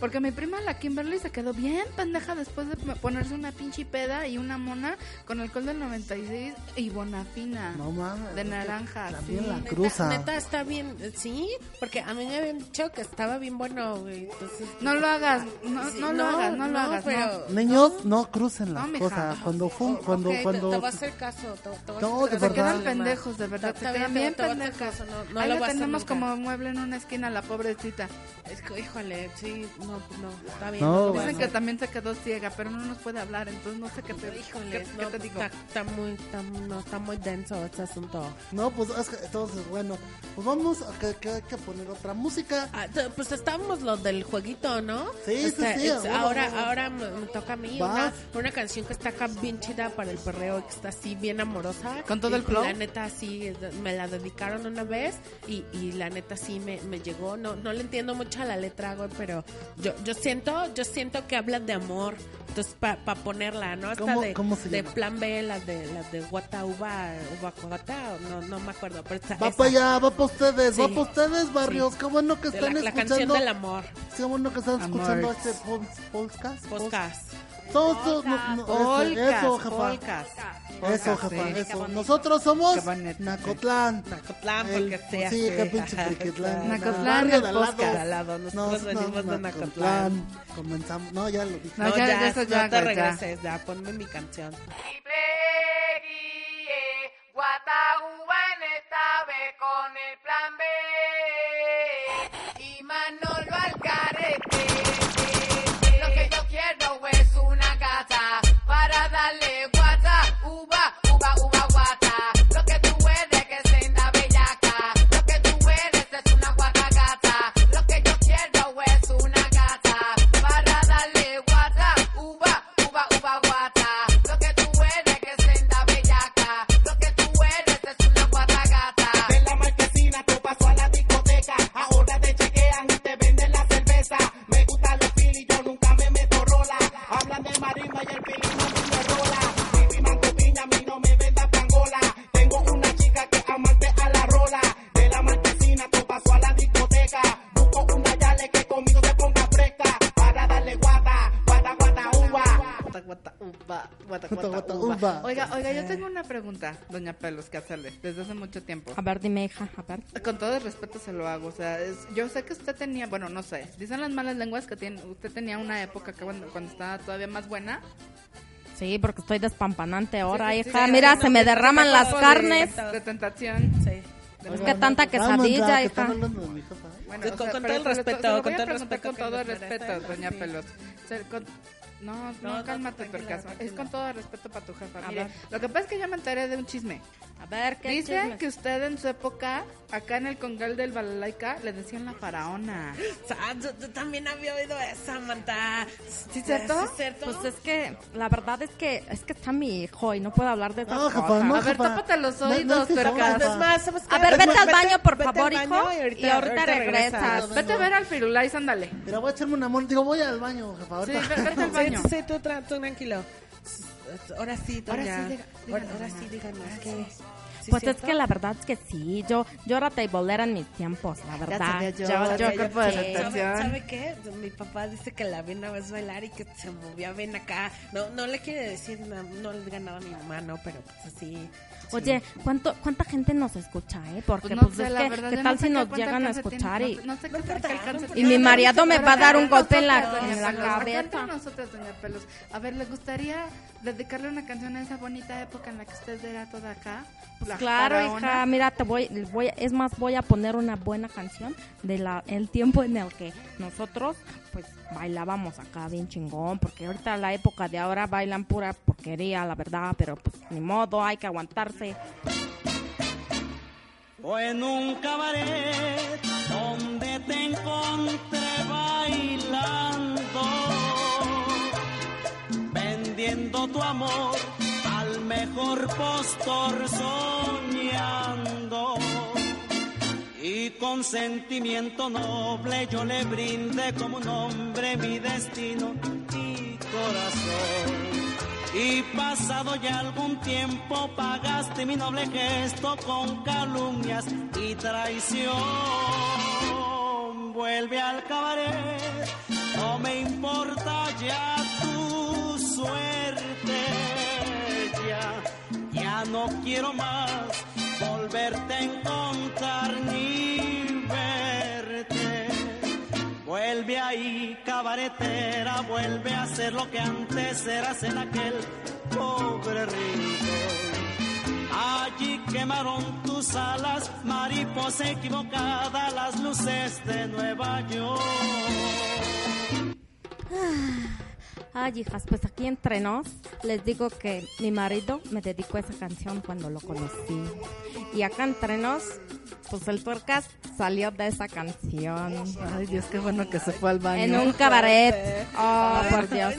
A: Porque mi prima, la Kimberly, se quedó bien pendeja después de ponerse una pinche peda y una mona con alcohol del 96 y bonafina.
D: No mames.
A: De naranja,
D: También
A: sí.
D: la
B: Neta-
D: cruza.
B: Neta, está bien, eh, sí, porque a mí me habían dicho que estaba bien bueno, güey. Entonces,
A: No lo hagas, no,
B: Sí,
A: no lo hagas, no lo hagas. no.
B: pero-
D: Niños, no crucen las
A: No, mija.
D: cosas. Cuando fun, cuando,
B: Ok, te-
D: cuando.
B: Te, va a hacer caso. Te, te va a
D: No, de
B: hacer caso.
A: Se quedan
D: Perdón.
A: pendejos, de verdad.
B: Está-
A: Se
B: está
A: quedan bien
B: bien, pero te va a hacer
A: pendejos.
B: caso, no- no
A: Ahí
B: lo
A: la
B: vas a
A: tenemos
B: nunca.
A: como mueble en una esquina, la pobrecita.
B: Es que, híjole, sí, no, pues no, está bien.
D: No,
B: lo
D: Bueno.
A: Dicen
B: vas
A: que
B: a-
A: también se quedó ciega, pero no nos puede hablar, entonces no sé qué te,
B: Híjole,
A: qué- qué
B: no,
A: te digo.
B: Está, está muy, está, no, está muy denso este asunto.
D: No, pues es que- entonces, bueno, pues vamos a que, que hay que poner otra música.
B: Ah, t- pues estábamos lo del jueguito, ¿no?
D: Sí, sí, sí,
B: ex-
D: bueno,
B: ahora
D: bueno.
B: ahora me, me toca a mí
D: Vas.
B: una, una canción que está acá bien chida para el perreo, que está así bien amorosa.
A: ¿Con todo
B: Y-
A: el flow?
B: La neta sí, es de- me la dedicaron una vez y, y la neta sí me, me llegó. No no le entiendo mucho a la letra, güey, pero yo yo siento yo siento que hablan de amor. Entonces, para ponerla, ¿no? Hasta
D: ¿Cómo-
B: de,
D: cómo se
B: de
D: llama?
B: plan B, las de, las de Guata, Uva, Uva, Cuata, no, no me acuerdo. Pero está,
D: Va
B: Ah, esa.
D: para allá, va para ustedes,
B: Sí.
D: va para ustedes, barrios. Qué bueno que
B: De la,
D: están
B: la canción
D: escuchando.
B: del amor.
D: Qué bueno que están escuchando
A: Amores.
D: este pol- podcast.
B: Podcast.
D: Todo, todo- no, no,
A: Polcas,
D: eso, eso, jefa.
A: polcas.
D: Eso,
A: Polcas,
D: jefa,
A: sí.
D: eso. Nosotros somos
A: Qué bonito.
D: Nacotlán.
B: Nacotlán,
D: El- pues
B: porque sea.
D: sí, qué pinche Triquitlán.
A: Nacotlán,
D: Barrio
A: el
D: de al lado.
A: podcast.
B: Al lado, nosotros
D: Nos-
B: venimos de
D: Nacotlán. Comenzamos. No, ya lo dije.
A: No, ya, ya, eso
B: no
A: ya,
B: te
A: güey, ya.
B: regreses, ya. ponme mi canción.
I: Guataúba E, en esta vez con el plan B y Manolo al carete. Lo que yo quiero es una casa para darle guata, uva, uva, uva, guata. Lo que tú eres que es en la bellaca, lo que tú eres es una guata gata. Lo que yo quiero es una casa para darle guata, uva, uva, uva, guata. Lo que tú eres que es en la bellaca, lo que tú eres es una guata gata.
F: En la marquesina te paso a la discoteca. Ahora te chequean y te venden la cerveza. Me gustan los filis, yo nunca me meto rola. Hablan de marimba y el fili no me rola. Y mi manco piña, a mí no me venda pangola. Tengo una chica que amante a la rola. De la marquesina te paso a la discoteca. Busco una yale que conmigo se ponga fresca. Para darle guata, guata, guata, uva.
B: Guata, guata, uva,
D: Guata,
B: guata, guata,
D: guata,
B: uva.
D: uva.
A: Oiga, oiga, yo tengo una pregunta, doña Pelos, que hacerle desde hace mucho tiempo.
E: A ver, dime, hija, a ver.
A: Con todo el respeto se lo hago, o sea, es- yo sé que usted tenía, bueno, no sé, dicen las malas lenguas que tiene, usted tenía una época que cuando, cuando estaba todavía más buena,
E: Sí, porque estoy despampanante ahora,
A: Sí, sí,
E: hija.
A: sí,
E: Mira,
A: sí,
E: se me derraman las
A: de-
E: carnes.
A: de tentación.
B: Sí.
E: Es que tanta
D: Calma, ya,
E: quesadilla,
D: que están
E: hija.
D: hablando de mi jefa.
A: Bueno,
B: Con- con todo
A: pero
B: el
A: se lo- se
B: respeto,
A: lo voy
B: con
A: a
B: todo el
A: preguntar
B: respeto
A: con
B: que
A: todo
B: nos
A: el respeto,
B: merece,
A: doña
B: sí.
A: Pelos. Se- con- no, no,
B: no,
A: cálmate,
B: tranquila,
A: percaso. Es
B: tranquila.
A: con todo el respeto para tu jefa.
E: A
A: Mire,
E: ver.
A: lo que pasa es que yo me enteré de un chisme.
E: A ver, ¿qué
A: Dice
E: chismes?
A: que usted en su época, acá en el Congal del Balalaika, le decían la faraona.
B: Ah, yo, yo también había oído esa, Manta.
A: ¿Sí es cierto?
B: ¿Sí es cierto?
E: Pues es que la verdad es que es que está mi hijo y no puedo hablar de esas
D: No, jefa,
E: cosas.
D: no,
A: A ver,
D: jefa.
A: tápate los
D: No- no
A: oídos,
D: es que
A: perca.
D: somos, jefa.
B: Es más, ¿sabes qué?
E: A ver, vete al
B: Vete-
E: baño, por
B: vete al
E: favor,
B: baño
E: hijo.
B: y ahorita-
E: Y ahorita
B: ahorita
E: regresas.
B: regresas.
A: Vete a ver al Firulais, ándale.
D: Mira, voy a echarme una mano. Digo, voy al baño, jefa.
A: Sí,
D: ahorita.
A: ve- vete al
B: Sí,
A: baño.
B: sí, tú, tra- tú tranquilo. Ahora sí,
A: Ahora
B: doña.
A: sí, diga-
B: ahora,
A: díganos,
B: ahora
A: mamá.
B: sí, díganos. ¿qué? ¿Sí
E: Pues es
B: cierto?
E: que la verdad es que sí, yo, yo era tableera en mis tiempos, la verdad.
A: sabía yo, ya sabía yo
E: creo
A: que-
E: que-
A: Sabe-
B: ¿Sabe,
A: canción.
B: sabe qué? Mi papá dice que la vi una vez bailar y que se movía bien acá. No, no le quiere decir, na- no, le diga nada a mi mamá, no, pero pues así.
E: Oye, ¿cuánto, ¿cuánta gente nos escucha, eh? Porque
A: Pues
E: pues,
A: no sé,
E: es
A: la
E: que,
A: verdad,
E: ¿qué
A: yo
E: tal
A: no sé
E: si
A: qué
E: nos
A: cuánta
E: llegan a
A: alcance
E: escuchar
A: tiene,
E: y,
A: no sé- no sé qué alcance alcance
E: y
A: tiene.
E: mi marido me va a dar un golpe en
A: Acá
E: la, en la
A: nosotros, acá entre
E: cabeza?
A: nosotros, doña Pelos. A ver, ¿le gustaría dedicarle una canción a esa bonita época en la que usted era toda acá? Pues, La
E: Claro,
A: faraona.
E: hija, mira, te voy, voy, es más, voy a poner una buena canción de la, el tiempo en el que nosotros, pues, bailábamos acá bien chingón, porque ahorita la época de ahora bailan pura porquería, la verdad, pero pues ni modo, hay que aguantarse.
F: Fue en un cabaret Pues donde te encontré bailando, vendiendo tu amor al mejor postor soñando. Y con sentimiento noble yo le brindé como un hombre mi destino y corazón. Y pasado ya algún tiempo pagaste mi noble gesto con calumnias y traición. Vuelve al cabaret, hombre
J: me importa ya tu suerte, ya, ya no quiero más volverte a encontrar ni verte. Vuelve ahí, cabaretera, vuelve a hacer lo que antes eras en aquel pobre rincón. Allí quemaron tus alas, mariposa equivocada, las luces de Nueva York.
E: Ay, hijas, pues aquí entre nos les digo que mi marido me dedicó esa canción cuando lo conocí. Y acá entre nos, pues el tuercas salió de esa canción.
A: Ay, Dios, qué bueno que se fue al baño.
E: En un cabaret. Oh, por Dios.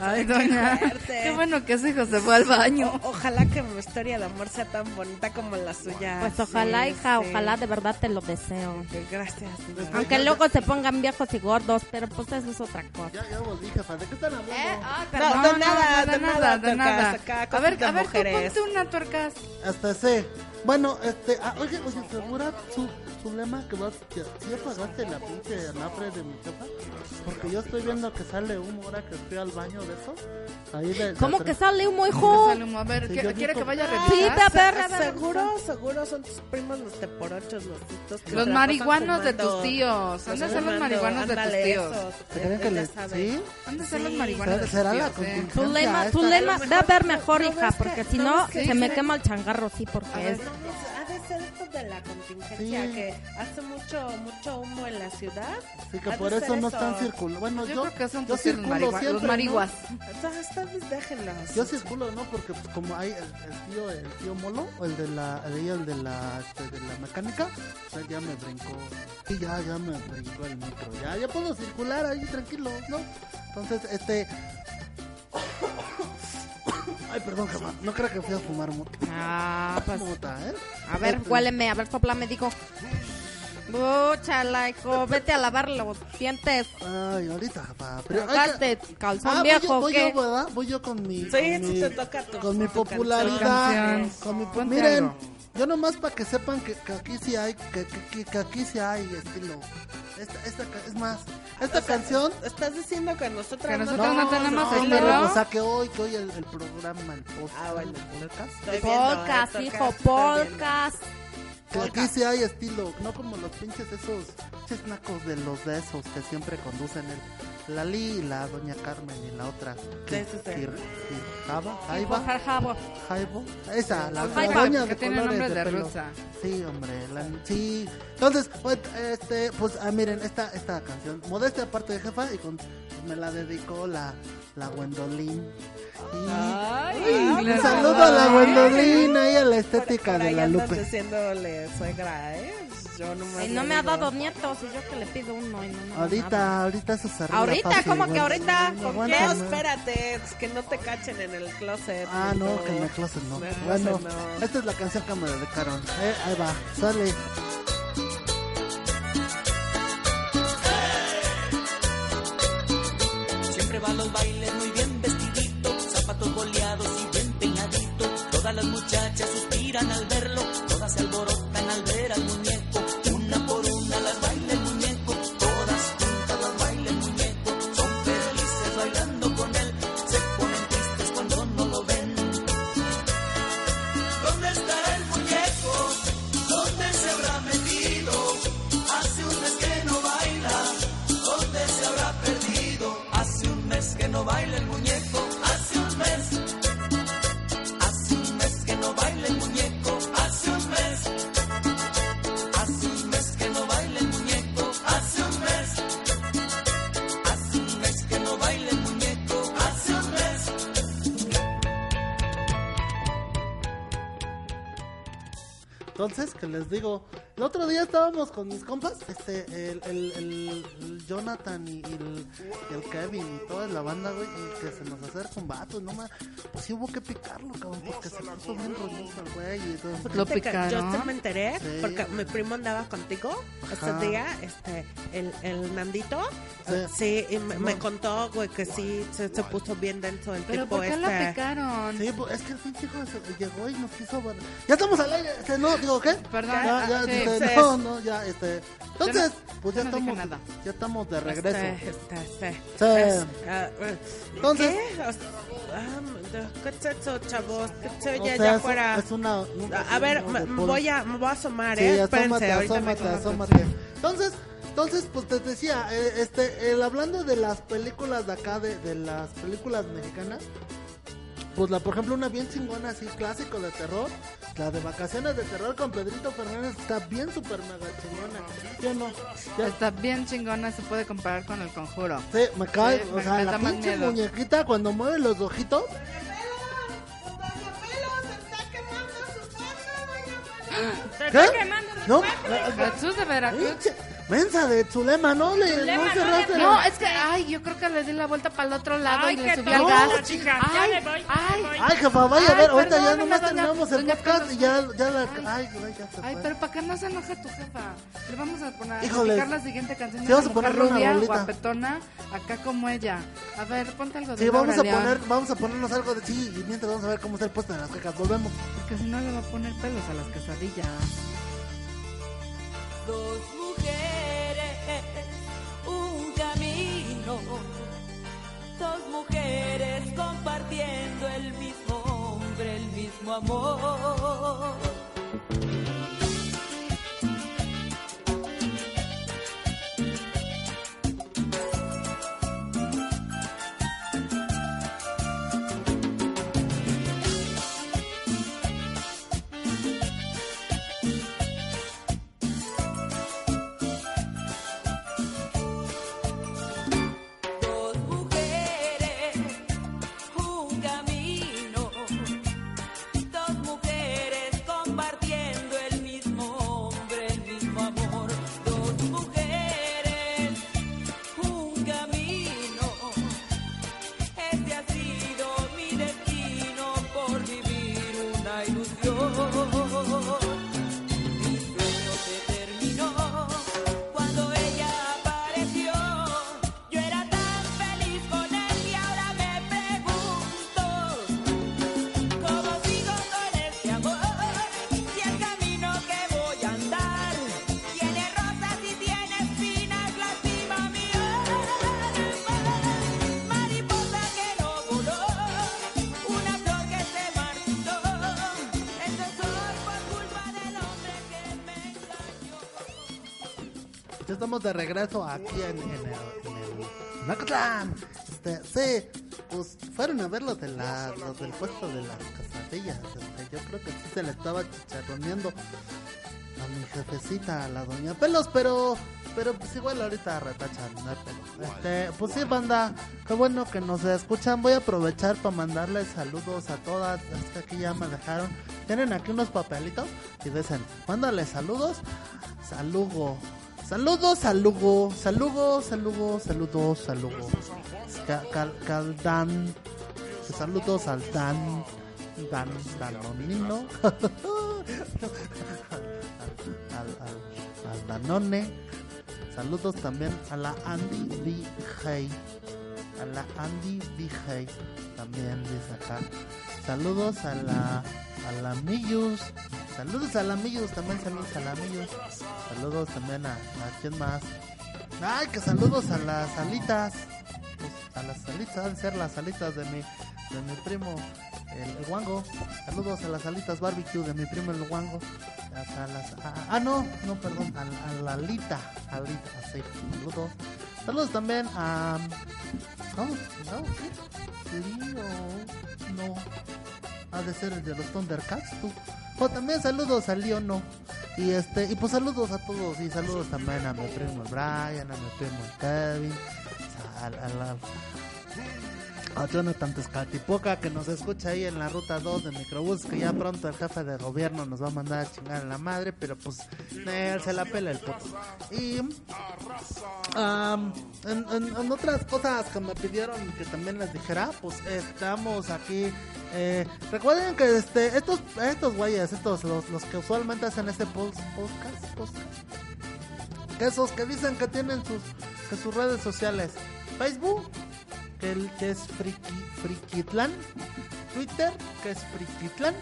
A: Ay, doña. Qué bueno que ese hijo se fue al baño.
E: Oh,
B: O- ojalá que mi historia de amor sea tan bonita como la suya.
E: Pues
B: Sí,
E: ojalá, hija,
B: sí.
E: ojalá de verdad te lo deseo.
B: Gracias. señora.
E: Aunque luego se pongan viejos y gordos, pero pues eso es otra cosa.
D: Ya, ya volví, jefa. ¿De qué están hablando?
A: Eh, ay,
B: No,
A: perdón,
B: de
A: no,
B: nada,
A: no,
B: de nada, tuercas, acá,
A: A ver,
B: cosas de
A: a ver, tú
B: mujeres.
A: ponte una tuercas.
D: Hasta C. Bueno, este, ah, oye, oye, ¿segura su, su lema que vas, que sí apagaste la pinche anafre de mi jefa? Porque yo estoy viendo que sale humo ahora que estoy al baño de eso. Ahí de, de
E: ¿Cómo que
D: atrás.
E: sale un muy
A: Me
E: hijo?
A: sale humo. A ver,
D: Sí,
A: ¿qué-
D: yo
A: ¿quiere
D: digo-
A: que vaya a
E: Sí,
A: revisar?
E: ve a ver,
B: Ah, Se-
E: a ver,
B: seguro, seguro son tus primos los teporochos, los titos.
A: Los
B: que se la pasan
A: marihuanos de
B: fumando.
A: tus tíos. Han de ser los
B: Fumando,
A: marihuanos de tus
B: ándale,
A: tíos.
B: esos.
D: ¿Se creen que
B: Él ya
D: les-
B: sabe.
D: ¿Sí?
A: Han de ser los
B: Sí.
A: marihuanos de tus
D: ¿Será la
A: tíos. eh.
D: contingencia?
E: Tu lema, tu
D: esta?
E: lema, ve a ver mejor, hija,
B: ves que-
E: porque si
B: ¿no
E: no,
B: ves que-
E: se me
B: que-
E: quema el changarro, sí,
A: A
E: porque
A: ver.
E: es...
B: Pues, Ha de ser esto de la contingencia,
D: Sí.
B: que hace mucho mucho humo en la ciudad.
D: Sí, que
B: Ha de
D: por eso
B: ser
D: no
B: eso.
D: están circulando. Bueno,
A: Yo
D: yo,
A: creo que son
D: yo
A: pues, los
D: circulo
A: marigua-
D: siempre,
A: los
D: ¿no?
A: mariguas.
B: O sea, hasta déjenlos.
D: Yo circulo, ¿no? Porque pues, como hay el, el tío, el tío Molo, el de la, el, de- el de la, este, de la mecánica, o sea, ya me brincó, y ya, ya me brincó el micro, ya, ya puedo circular ahí tranquilo, ¿no? Entonces, este, ay, perdón, jamás, no creo que fui a fumar mota,
E: Ah, pues...
D: mota, ¿eh?
E: A ver,
D: Este,
E: huéleme, a ver, soplame, digo. Búchala, hijo, vete a lavar los dientes.
D: Ay, ahorita, papá. pero hay que-
E: Tragaste calzón
D: Ah, voy yo-
E: viejo,
D: voy,
E: ¿qué?
D: yo, ¿verdad? Voy yo con mi,
B: Sí,
D: con
B: si
D: mi-
B: te toca tu-
D: con mi
B: tu canción.
D: popularidad,
A: canción.
D: con mi po-
A: Ponte
D: miren,
A: algo.
D: yo nomás para que sepan que, que aquí sí hay, que, que- que- que aquí sí hay estilo. Esta, esta ca- es más, esta canción,
B: ¿Estás diciendo que nosotros
A: Que nosotros no tenemos
D: pero,
A: estilo.
D: o sea que hoy, que hoy el, el programa, el podcast,
B: Ah, bueno.
D: el podcast,
B: Estoy viendo,
E: Polcas,
B: eh,
E: hijo,
B: estoy viendo.
E: polcas.
D: que aquí sí hay estilo, no como los pinches esos chesnacos de los de esos que siempre conducen el, la Lali y la doña Carmen y la otra, que,
B: Sí, sí, sí.
D: que- que- Java,
E: Hijo,
D: Jaiba.
E: jarjabo.
D: Jaibo. Esa, la, la
E: Jaiba,
D: doña
A: que
D: de
A: tiene
D: colores
A: nombre de
D: pelo.
A: rusa.
D: Sí, hombre, la- sí. Entonces, pues, este, pues ah, miren, esta, esta canción, modestia aparte de jefa, y con, me la dedicó la, la Gwendolyn. Y-
A: Ay,
D: un
A: la-
D: saludo a la Gwendolyn y a la estética
B: Por
D: de
B: ahí
D: la
B: andan
D: Lupe.
B: diciéndole suegra, ¿eh? Yo nomás
E: Y no
B: le
E: me ha
B: digo.
E: dado nietos, y yo que le pido uno y no me ha dado nada.
D: Ahorita, ahorita eso se arregla
E: Ahorita,
D: fácil,
E: ¿cómo que
D: güey.
E: ahorita?
D: No,
E: ¿Con
B: No,
D: aguántame.
B: espérate, es que no te cachen en el closet.
D: Ah, no,
B: puto.
D: que en el closet no.
B: En el
D: Bueno,
B: closet no.
D: esta es la canción que me dedicaron. Eh, ahí va, sale.
J: Siempre va a los bailes muy bien vestidito, zapatos boleados y bien peinadito. Todas las muchachas suspiran al verlo, todas se alborotan al ver al muñeco. Una por una las baila el muñeco, todas juntas las baila el muñeco. Son felices bailando con él, se ponen tristes cuando no lo ven. ¿Dónde está el muñeco? ¿Dónde se habrá metido? Hace un mes que no baila, ¿dónde se habrá perdido? Hace un mes que no baila el muñeco, hace un mes. Hace un mes que no baila el muñeco, hace un mes. Hace un mes que no baila el muñeco, hace un mes. Hace un mes que no baila el muñeco, hace un mes.
D: Entonces, que les digo, el otro día estábamos con mis compas, este, el, el, el- el Jonathan y el, y el Kevin y toda la banda, güey, y que se nos acerca un vato, no más, pues sí hubo que picarlo, cabrón, porque se puso bien roñoso el güey y todo.
A: Lo
B: Fíjate que Yo
A: picaron.
B: sí me enteré
D: Sí.
B: porque mi primo andaba contigo
D: Ajá.
B: este día, este, el, el Nandito.
D: Sí.
B: eh, Sí, y me, me contó, güey, que sí se, se puso bien denso el
A: Pero
B: tipo
A: ¿por qué
B: este.
A: la picaron?
D: Sí, pues, es que el pinche hijo se- llegó y nos quiso... bar- Ya estamos al aire, este, no, digo, ¿qué?
A: Perdón,
D: Ya, ya,
A: ah, sí,
D: disculpen, este, no, no, ya, este. Entonces, pues ya
A: yo no dije
D: estamos,
A: nada. pues,
D: ya estamos de regreso.
B: Este, este, este.
D: Sí.
B: Es, ah, eh,
D: Entonces-
B: ¿Qué? O sea, ah, de- ¿Qué es eso, chavos? ¿Qué se
D: O
B: oye
D: sea,
B: allá
D: es-
B: afuera?
D: es una-
B: A- A ver,
D: una
B: me,
D: de
B: me
D: Paul.
B: voy a, me voy a asomar,
D: Sí,
B: ¿eh?
D: asómate,
B: Espérense, ahorita me
D: asómate,
B: asomo.
D: asómate. Entonces, entonces, pues te decía, eh, este, el, hablando de las películas de acá, de, de las películas mexicanas, pues la, por ejemplo, una bien chingona así, clásico de terror, la de vacaciones de terror con Pedrito Fernández, está bien super mega chingona. Yo no, ya
A: Está bien chingona, se puede comparar con el conjuro.
D: Sí, me cae,
A: Sí,
D: o
A: me-
D: sea,
A: me
D: la
A: da más
D: pinche
A: miedo.
D: muñequita cuando mueve los ojitos. ¿Qué? No, la-
A: Jesús de Veracruz.
D: pinche mensa de Zulema, ¿no? Le,
H: Zulema,
D: no cerraste la-
A: No, es que, ay, yo creo que le di la vuelta para el otro lado
H: Ay,
A: y
H: qué
A: le subí al
H: tonta,
A: gas.
H: chica, ya
A: ay,
H: me voy, ya
A: ay,
H: me voy.
D: Ay, jefa, vaya a
A: Ay,
D: ver, ahorita ya
A: perdóneme,
D: nomás
A: doña-
D: terminamos el
A: doña
D: podcast
A: Carmen.
D: y ya, ya la... Ay,
A: Ay.
D: güey, ya se
A: Ay,
D: fue.
A: pero para que no se enoje tu jefa, le vamos a poner
D: Híjole.
A: a dedicar la siguiente canción.
D: Sí,
A: de
D: vamos
A: una
D: a ponerle
A: mujer
D: una
A: rubia,
D: rolita.
A: guapetona, acá como ella. A ver, ponte algo de
D: pues. Sí, vamos a
A: Laura León,
D: poner, vamos a ponernos algo de... Sí, y mientras vamos a ver cómo está el puesto de las quejas, volvemos.
A: Porque si no le va a poner pelos a las quesadillas.
G: Dos mujeres, un camino. Dos mujeres compartiendo el mismo hombre, el mismo amor. Dos mujeres, un camino. Dos mujeres compartiendo el mismo hombre, el mismo amor. Dos mujeres, un camino. Este ha sido mi destino por vivir una ilusión. Mi sueño se terminó cuando ella apareció. Yo era tan feliz con él y ahora me pregunto cómo sigo con este amor. Si el camino que voy a andar tiene rosas y tiene espinas, lastima mi alma. Mariposa que no voló, una flor que se marchitó. Este sol fue culpa del hombre que me engañó.
D: Ya estamos de regreso aquí en, en el, en el Mazatlán. Este, sí, pues fueron a ver los, de la, los del puesto de las casadillas. Este, yo creo que sí se le estaba chicharroneando a mi jefecita, a la doña Pelos, pero pero pues igual ahorita retachan, no hay pedo. Este, pues sí, banda, qué bueno que nos escuchan. Voy a aprovechar para mandarles saludos a todas. Es que aquí ya me dejaron. Tienen aquí unos papelitos y dicen, mándale saludos. Salugo. Saludos, salugo, salugo, salugo, saludos, salugo. Ca- cal- Caldán. Saludos al Dan. Dan, Danonino. al, al- al Danone. Saludos también a la Andy DJ. A la Andy DJ. También dice acá. Saludos a la a la Millus. Saludos a la Millus, también saludos a la Millus. Saludos también a, a quién más. Ay, que saludos a las alitas. Pues, a las alitas, han de ser las alitas de mi, de mi primo, el, el guango. Saludos a las alitas barbecue de mi primo el guango. A, a las, a- ah, no, no, perdón, a, a la alita. Alita, sí, saludos. Saludos también a... No, no, ¿qué? Lío, no. Ha de ser el de los Thundercats, tú. O también saludos a Leono. Y este, y pues saludos a todos. Y saludos también a mi primo el Brian, a mi primo el Kevin, a, a la- a Jonathan Tezcatipoca que nos escucha ahí en la ruta 2 de microbús. Que ya pronto el jefe de gobierno nos va a mandar a chingar a la madre, pero pues él se la pela el puto. Y Am, en, en- en otras cosas que me pidieron que también les dijera, pues estamos aquí. eh, recuerden que este, estos, estos güeyes, estos, los, los que usualmente hacen este pos- podcast, podcast, que esos que dicen que tienen sus, que sus redes sociales, Facebook, que, el- que es Friki, Frikitlan, Twitter, que es Frikitlan,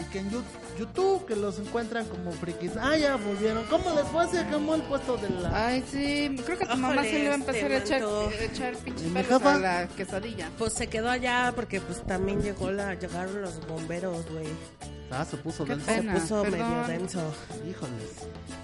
D: y que en Yu- YouTube que los encuentran como frikis. Ah, ya volvieron. ¿Cómo les fue? Se quemó el puesto de la...
A: Ay, sí, creo que a tu mamá
B: Híjole,
A: se le va a empezar
B: este
A: a echar,
B: manto.
A: a echar pinches
D: ¿Y mi
A: perros
D: jefa?
A: a la quesadilla.
K: Pues se quedó allá porque pues también llegó la, llegaron los bomberos, güey.
D: Ah, se puso
A: Qué
D: denso.
K: Se
A: pena,
K: puso medio
A: perdón.
K: denso.
D: Híjoles.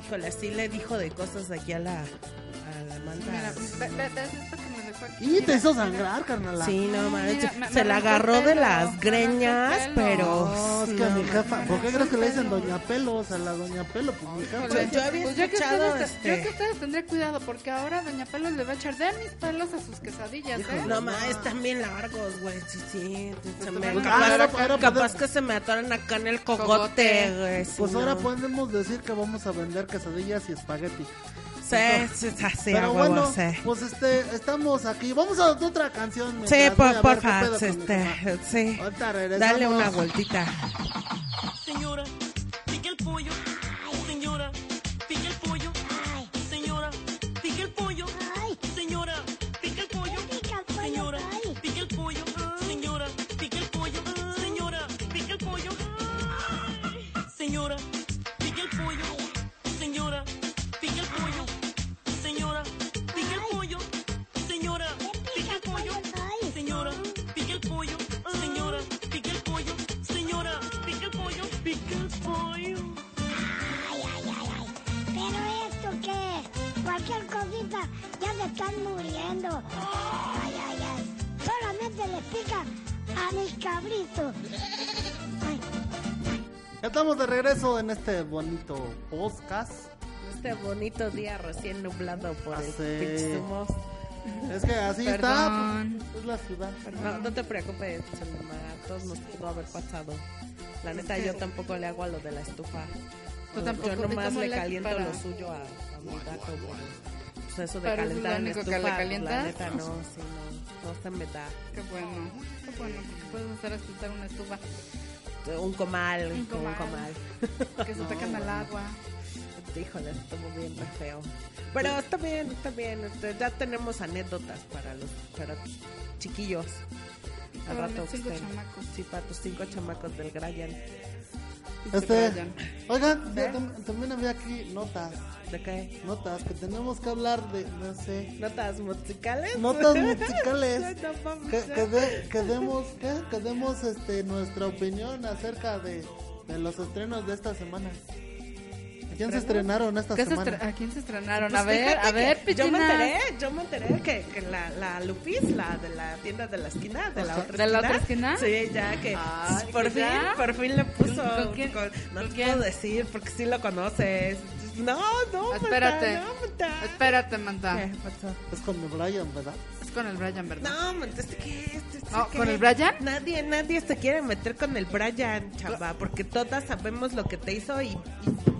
K: Híjole, sí le dijo de cosas aquí a la, a la manta.
A: Mira, ve- ve- ve esto que me dejó aquí.
D: Y te
A: Mira,
D: hizo
A: mira.
D: sangrar, carnal.
K: Sí, no manches.
A: Mira, me-
K: se
A: me
K: la
A: arrancó
K: agarró
A: el
K: de
A: pelo,
K: las
A: me
K: greñas,
A: arrancó el pelo.
K: pero.
D: No, es que a
K: no,
D: mi jefa, ¿por qué crees que le dicen Doña Pelos a la Doña Pelo? Pues mi jefa.
K: Pues yo había
A: Pues yo que
K: escuchado,
A: ustedes, yo
K: este-
A: que ustedes tendré cuidado porque ahora Doña Pelos le va a echar de mis pelos a sus quesadillas, ¿eh?
K: No, ma, están bien largos, güey. Sí, sí. Se me,
D: Pues
K: capaz,
D: ahora- ahora
K: capaz
D: podemos-
K: que se me atoran acá en el
A: Cogote.
K: cogote, güey. sí,
D: Pues ahora
K: no.
D: podemos decir que vamos a vender quesadillas y espagueti.
K: Sí, sí, sí, sí, a huevo,
D: Pero bueno,
K: sí.
D: pues este, estamos aquí. Vamos a otra canción.
K: Sí,
D: mientras voy
K: por,
D: a ver
K: porfa,
D: qué pedo con mi
K: este,
D: mamá. pues,
K: sí.
D: Ahorita regresamos.
K: Dale una vueltita.
L: Señora, pique el pollo. Señora, pique el pollo. Señora, pique el pollo. Señora, pique el pollo. Señora, pique el pollo. Señora, pique el pollo. Señora, pique el pollo. Señora, pique el pollo. Señora, pique el pollo. Señora, pique el pollo. Señora, pique el pollo. Señora, pique el pollo. Señora, pique el pollo. Señora, pique el pollo. Pique el pollo.
G: Ay, ay, ay, ay. Pero esto qué es? Cualquier cosita ya se están muriendo. Ay, ay, ay. Solamente les pica a mis cabritos. Ay.
D: Ya estamos de regreso en este bonito podcast.
B: Este bonito día recién nublado por el
D: Ah, sí.
B: pinche humo.
D: Es que así
A: Perdón.
D: está. pues, es la ciudad.
B: No, no te preocupes, Chalema, a todos nos pudo haber pasado. La neta, yo tampoco le hago a lo de la estufa.
A: Tú
B: Yo-
A: tampoco, ¿y
B: Yo nomás
A: cómo
B: le
A: le
B: caliento
A: para?
B: lo suyo a, a mi gato. güey. Pues eso de
A: ¿Pero es lo
B: calentar en
A: único que
B: estufa,
A: le
B: pues, la
A: calientas?
B: neta, no, sí, no, no se me da.
A: Qué bueno. Qué bueno, porque puedes hacer explotar una estufa
B: Un comal,
A: Un
B: un comal.
A: comal. que se te quema el agua.
B: Híjole, estuvo bien re feo. Pero
A: Pues-
B: está bien, está bien. este, Ya tenemos anécdotas para los para tus chiquillos. Al
A: Para mis
B: rato que
A: cinco
B: estén.
A: chamacos.
B: Sí, para tus cinco chamacos del Grayan.
D: Este,
A: vayan.
D: oigan, ya tam- también había aquí notas.
B: ¿De qué?
D: Notas que tenemos que hablar de, no sé,
B: ¿Notas musicales?
D: notas musicales.
B: Ay, no mames,
D: que,
B: ya.
D: que, de- que demos, ¿qué? Que demos, este, nuestra opinión acerca de, de los estrenos de esta semana. ¿Quién se estrenaron esta
A: ¿Qué se
D: semana?
A: estre- ¿A quién se estrenaron?
B: Pues
A: a ver,
B: fíjate
A: a ver,
B: que Yo me
A: pichinas.
B: enteré, yo me enteré que, que la, la Lupis, la de la tienda de la esquina, de la
A: Ajá.
B: otra
A: ¿De la
B: esquina.
A: otra esquina?
B: Sí, ya que
A: Ay,
B: por
A: ¿que
B: fin,
A: ya?
B: por fin le puso.
A: ¿Con quién?
B: con- no
A: ¿Con
B: te
A: quién?
B: puedo decir porque sí lo conoces. No, no, Marta,
A: Espérate.
B: pues, no, Marta.
A: Espérate, Manta.
B: ¿Qué pasó?
D: Es con Brian, ¿verdad?
A: Es con el Brian, ¿verdad?
B: No, Marta, ¿este qué es? ¿Este
A: Ah,
B: qué
A: ¿con
B: es?
A: el Brian?
B: Nadie, nadie se quiere meter con el Brian, chava, porque todas sabemos lo que te hizo y, y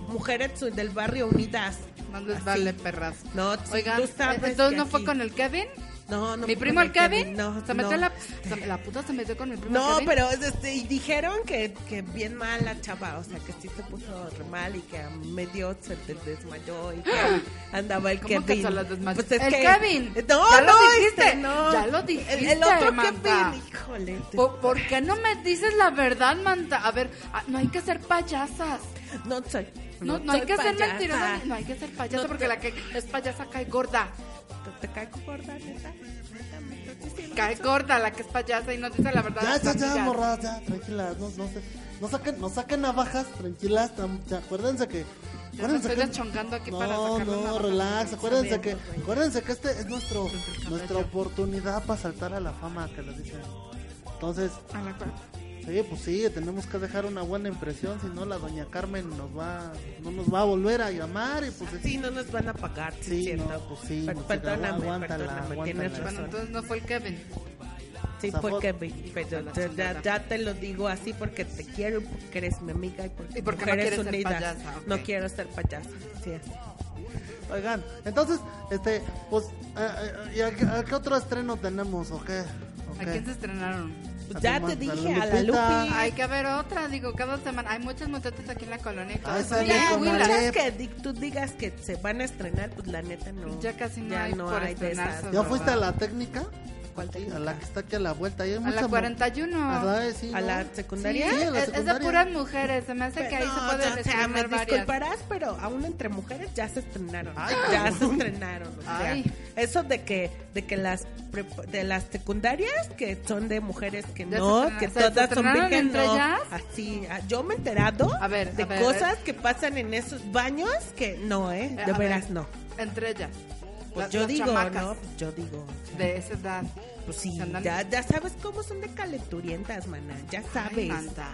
B: mujeres del barrio unidas.
A: No les
B: Así.
A: vale, perras.
B: Ah, No, sí,
A: Oigan,
B: tú sabes
A: eh, entonces
B: que
A: no fue
B: aquí-
A: con el Kevin.
B: No, no.
A: mi
B: fue
A: primo el Kevin.
B: No,
A: se metió
B: no.
A: la, se- la puta se metió con mi primo
B: No,
A: el Kevin.
B: pero este, y dijeron que, que bien mal la chava, o sea, que sí se puso re mal y que a medio se te desmayó y que andaba el
A: ¡Ah! ¿Cómo que
B: Kevin.
A: se las desmayó?
B: Pues es
A: ¡El
B: que-
A: Kevin!
B: No,
A: ¡Ya lo
B: no,
A: dijiste!
B: este, no.
A: ¡Ya lo
B: El- El,
A: dijiste,
B: otro
A: Manta!
B: Kevin, híjole. te-
A: ¿Por, por qué no me dices la verdad, Manta? A ver, ah, no hay que ser payasas.
B: No soy.
A: No, no,
B: soy
A: hay que ser
B: payasa.
A: mentirosa. ni- No hay que ser payasa
B: No,
A: porque
B: no.
A: la que es payasa cae gorda.
B: Te, te caigo gorda, neta. Neta, me estás diciendo
A: Cae
B: eso.
A: gorda la que es payasa y no dice la verdad.
D: Ya,
A: a sus
D: ya, ya,
A: amigas.
D: morradas, ya, tranquilas, no, no, se- no saquen, no saquen navajas, tranquilas, tam- ya, acuérdense que,
A: Ya me
D: acuérdense
A: estoy
D: que,
A: deschoncando aquí
D: no,
A: para sacar la
D: no,
A: navaja.
D: relax, acuérdense que,
B: Sabiendo, güey.
D: acuérdense que este es nuestro, nuestra oportunidad para saltar a la fama que les dicen, entonces,
A: A la cual.
D: sí, pues sí, tenemos que dejar una buena impresión, si no la doña Carmen nos va, no nos va a volver a llamar y pues,
B: Sí, no nos van a pagar, sí,
D: Sí,
B: es cierto.
D: no, pues sí,
B: Per-
D: no,
B: perdóname,
D: aguántala,
B: perdóname, tienes
A: Bueno,
D: aguántala.
B: razón.
A: entonces no fue el Kevin.
B: Sí,
D: Zafot.
B: porque vi- pero
A: la
B: ya,
A: chingada.
B: ya- ya te lo digo así porque te quiero, y porque eres mi amiga y porque,
A: Y porque no
B: mujeres
A: quieres ser
B: unidas.
A: payasa, ok.
B: No quiero ser payasa, sí es.
D: oigan, entonces, este, pues, eh, eh, ¿y a, qué- a qué otro estreno tenemos o qué? ¿O
A: ¿A
D: qué?
A: quién se estrenaron?
B: Pues
D: A
B: ya
D: tu
B: te
D: ma- a la
B: dije, a la
D: Lupita.
B: Lupi.
A: Hay que haber otra, digo, cada semana. Hay muchas muchachas aquí en la colonia. y
D: Ay,
A: todas
D: sale
A: son de
B: Ya,
D: Ah, con
A: Coahuila.
D: Ale.
B: muchas que di- tú digas que se van a estrenar, pues la neta no.
A: Ya casi no hay por
B: de
A: estrenarse,
B: esas.
D: ¿Ya
A: ¿verdad?
D: fuiste a la técnica?
B: cuál
D: Sí, a la que está aquí a la vuelta. Ahí hay
A: A
D: mucha
A: la
D: mu-
A: 41.
D: Ajá, eh, sí,
A: ¿A
D: ¿no?
A: la
D: Sí, a la
A: Es, es de
D: secundaria.
A: puras mujeres. Se me hace que ahí
B: No,
A: se pueden
B: o sea, me
A: estrenar varias.
B: disculparás, pero aún entre mujeres ya se estrenaron. ya se estrenaron. o sea,
A: Ay.
B: Eso de que, de que las prepa- de las secundarias que son de mujeres que
A: Ya
B: no,
A: se estrenaron.
B: que
A: O sea, ¿se
B: todas son
A: estrenaron
B: virgen,
A: entre
B: no.
A: ellas?
B: Así, ah, yo me he enterado de
A: a ver, a
B: cosas
A: ver.
B: que pasan en esos baños que no, eh,
A: Eh,
B: de
A: a
B: veras
A: ver.
B: no.
A: Entre ellas.
B: Pues
A: Las-
B: yo
A: las
B: digo,
A: chamacas
B: no, pues yo digo. o sea,
A: De esa edad.
B: pues sí,
A: Se andan-
B: ya, ya sabes cómo son de calenturientas, maná, ya sabes.
A: manta.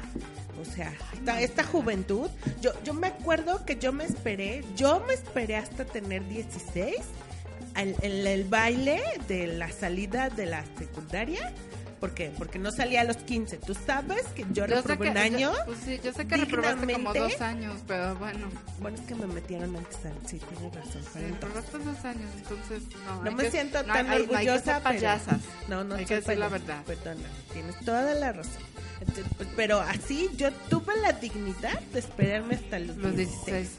B: O sea, esta, esta juventud, yo, yo me acuerdo que yo me esperé, yo me esperé hasta tener 16 al, el, el baile de la salida de la secundaria. ¿Por qué? Porque no salía a los 15. Tú sabes que
A: Yo
B: yo,
A: sé
B: reprobé
A: que-
B: un año.
A: yo- pues sí, yo sé que reprobaste como
B: dignamente.
A: dos años, pero bueno. eh,
B: Bueno, es que me metieron antes. al- Sí, tienes razón.
A: Sí,
B: fue entonces.
A: reprobaste dos años, entonces no.
B: No
A: hay
B: me
A: que-
B: siento
A: no hay-
B: tan
A: hay- no
B: orgullosa.
A: hay que ser
B: pero-
A: payasas.
B: No, no
A: Hay
B: soy pues,
A: que decir la
B: payasa,
A: verdad.
B: Perdona, tienes toda la razón. Ent- Pero así yo tuve la dignidad de esperarme hasta los,
A: Los
B: 16.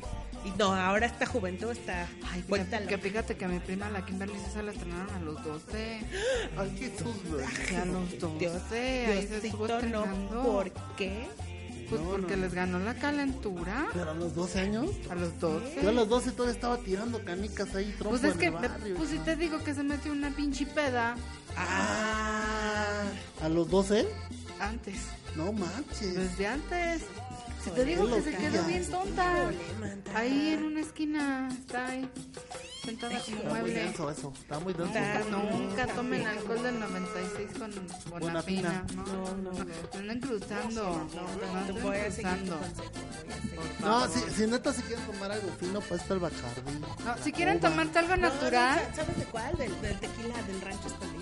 B: Y no, ahora esta juventud está. Ay, vuelta
A: Que fíjate que mi prima, la Kimberly, sí se la estrenaron a los 12.
D: Ay, Jesús, güey.
A: Sí, a los 12.
B: Dios-
A: ahí se estuvo
B: Diosito, no.
A: estrenando.
B: ¿Por qué?
A: Pues
D: No,
A: porque
D: no.
A: les ganó la calentura.
D: ¿Pero a los 12 años?
A: A los 12.
D: Yo a los 12 todavía estaba tirando canicas ahí, trompo
A: Pues es
D: en
A: que,
D: el barrio.
A: pues si
D: ¿no?
A: te digo que se metió una pinche peda
D: Ah, ¿A los 12?
A: antes,
D: No manches.
A: desde antes. Si te digo que se quedó bien tonta. Ahí en una esquina, está ahí, sentada como
D: Está muy
A: mueble.
D: denso eso, está muy denso.
A: Nunca, nunca tomen alcohol del 96 con bonafina.
D: Bonafina.
A: No, no, no. No anden cruzando. No
B: Te
A: anden cruzando.
B: voy a seguir tu consejo, voy a seguir.
A: por
D: No,
A: favor.
D: si, si neta si quieren tomar algo fino, pues está el bacardí.
A: No, si quieren tomarte algo
B: No,
A: natural,
B: no, ¿Sabes de cuál? Del, del tequila, del rancho escondido.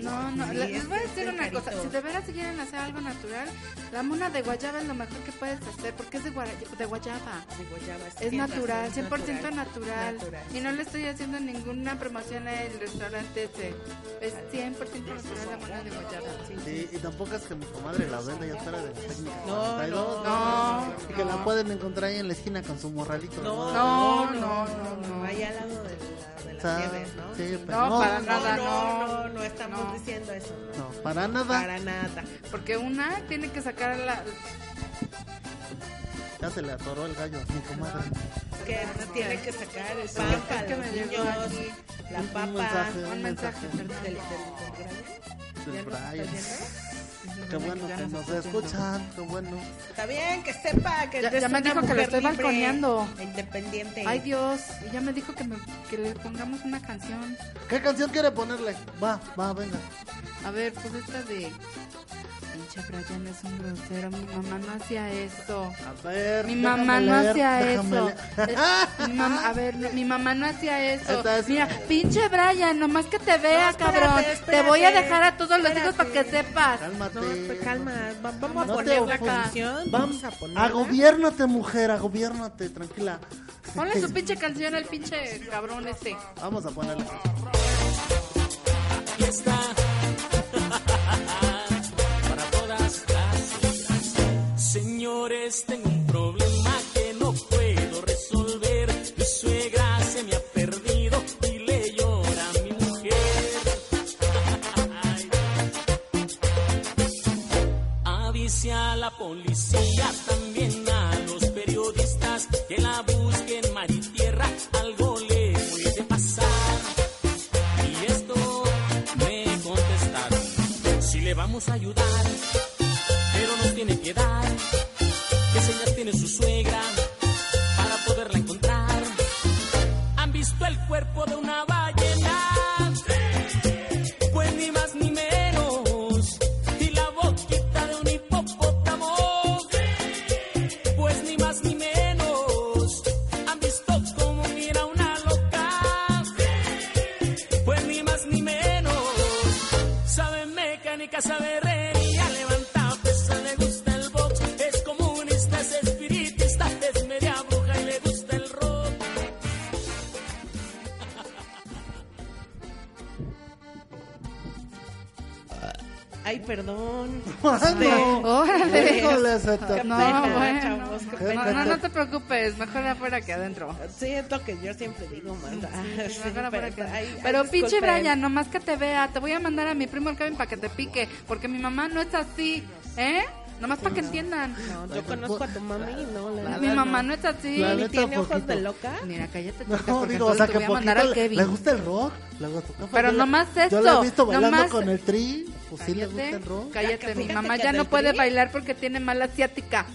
A: No, no,
B: Sí,
A: le- les
B: es-
A: voy a
B: es
A: decir una
B: carito.
A: cosa. Si de veras quieren hacer algo natural, la mona de guayaba es lo mejor que puedes hacer porque es de, guara- de guayaba.
B: De guayaba, sí,
A: Es
B: tienes
A: natural,
B: razón,
A: 100% natural.
B: Natural.
A: Y no le estoy haciendo ninguna promoción al restaurante ese. Es 100% natural la mona de guayaba.
D: Sí, y tampoco es que mi comadre la venda ya fuera de la técnica.
B: No,
D: 42,
A: no,
D: y Que la pueden encontrar ahí en la esquina con su morralito.
B: No,
A: No,
B: no, no,
A: no, no.
B: Ahí al lado de la, de
D: O
B: las
D: sea,
B: nieves, ¿no?
D: sí, pero
A: No,
D: no,
A: para
D: no,
A: nada,
B: no,
A: no.
B: no, no estamos
A: no.
B: diciendo eso. No,
D: No, para nada.
B: para nada.
A: Porque una tiene que sacar la.
D: Ya se le atoró el gallo a mi comadre.
B: Que no tiene que sacar el
A: que-
B: papa,
A: es que
B: los
A: me llegó
B: niños,
A: aquí
B: la
D: Un- un
B: papa
D: mensaje,
B: del,
D: un
A: Un mensaje,
D: mensaje.
A: perdón.
B: del, del
D: Del
B: Brian. ¿Ya
D: Brian.
B: nos está
D: Qué
A: Ya
D: bueno que
A: nos
D: nos
A: está oyendo.
D: escuchan, qué bueno.
B: oyendo? Está bien, que sepa que
A: Ya-
B: eres
A: ya me
B: una
A: dijo que
B: mujer
A: lo estoy
B: libre,
A: balconeando.
B: Independiente.
A: Ay Dios, ella me dijo que, me- que le pongamos una canción.
D: ¿Qué canción quiere ponerle? Va, va, venga.
A: A ver, pues esta de. Pinche Brian es un grosero, mi mamá no hacía esto.
D: A ver.
A: Mi
D: déjame
A: mamá no
D: leer,
A: hacía
D: déjame
A: eso.
D: leer.
A: Eh, mi mam- a ver, no, mi mamá no hacía eso.
D: Esta es-
A: Mira, pinche Brian, nomás que te vea,
B: espérate,
A: cabrón. te
B: espérate,
A: voy a dejar a todos los hijos para que
B: espérate.
A: sepas.
D: Cálmate.
B: No, pues, calma, va- vamos
D: No
B: a
D: te
B: poner la
D: ofendas.
B: canción.
D: Vamos,
B: Vamos a poner.
D: agobiérnate, mujer, agobiérnate, tranquila.
A: Ponle su pinche canción al pinche cabrón este.
D: Vamos a ponerle.
M: Aquí está para todas las Señores, tengo un problema que no puedo resolver. Mi suegra se me ha perdido y le llora a mi mujer. Avise a la policía, también a los periodistas que la busquen mar y tierra. Algo le puede pasar. Y esto me contestaron, si le vamos a ayudar, pero nos tiene que dar, qué señas tiene su suegra para poderla encontrar. ¿Han visto el cuerpo de una ballena? Pues ni más ni menos. ¿Y la boquita de un hipopótamo? Pues ni más ni menos. ¿Han visto cómo mira una loca? pues ni más ni menos. Sabe mecánica, sabe reía, levanta pesa, le gusta el box, es comunista, es espiritista, es
B: perdón.
D: Órale.
A: Órale.
D: Híjole, se
A: No,
D: te-
A: bueno.
B: chavos, qué
A: no,
B: pena.
A: no, no te preocupes, mejor afuera que adentro.
B: Sí, es lo que yo siempre digo, Marta. Sí,
A: Mejor afuera que adentro.
B: pero ay, ay,
A: Pero pinche
B: disculpen.
A: Brian, nomás que te vea, te voy a mandar a mi primo el Kevin para que te pique, porque mi mamá no es así, ¿eh? Nomás para que entiendan.
B: No, yo conozco a tu mami y no, la
A: Mi
B: verdad,
A: mamá
B: no.
A: no es así.
D: pues, La
B: ¿Y
D: neta,
B: tiene ojos
D: poquito.
B: de loca?
A: Mira, cállate.
D: No,
A: chica, porque
D: digo, o
A: entonces
D: sea, que
A: te voy a mandar al
D: poquito le,
A: Kevin.
D: le gusta el rock. Le gusta, no,
A: Pero
D: yo-
A: nomás
D: Yo la he
A: esto,
D: visto bailando
A: nomás-
D: con el tri. Pues sí le gusta
A: Cállate,
D: el rock.
A: cállate, mi
B: Fíjate
A: mamá
B: que
A: ya no
B: del
A: puede
B: tri- Ah,
A: bailar porque tiene mala asiática.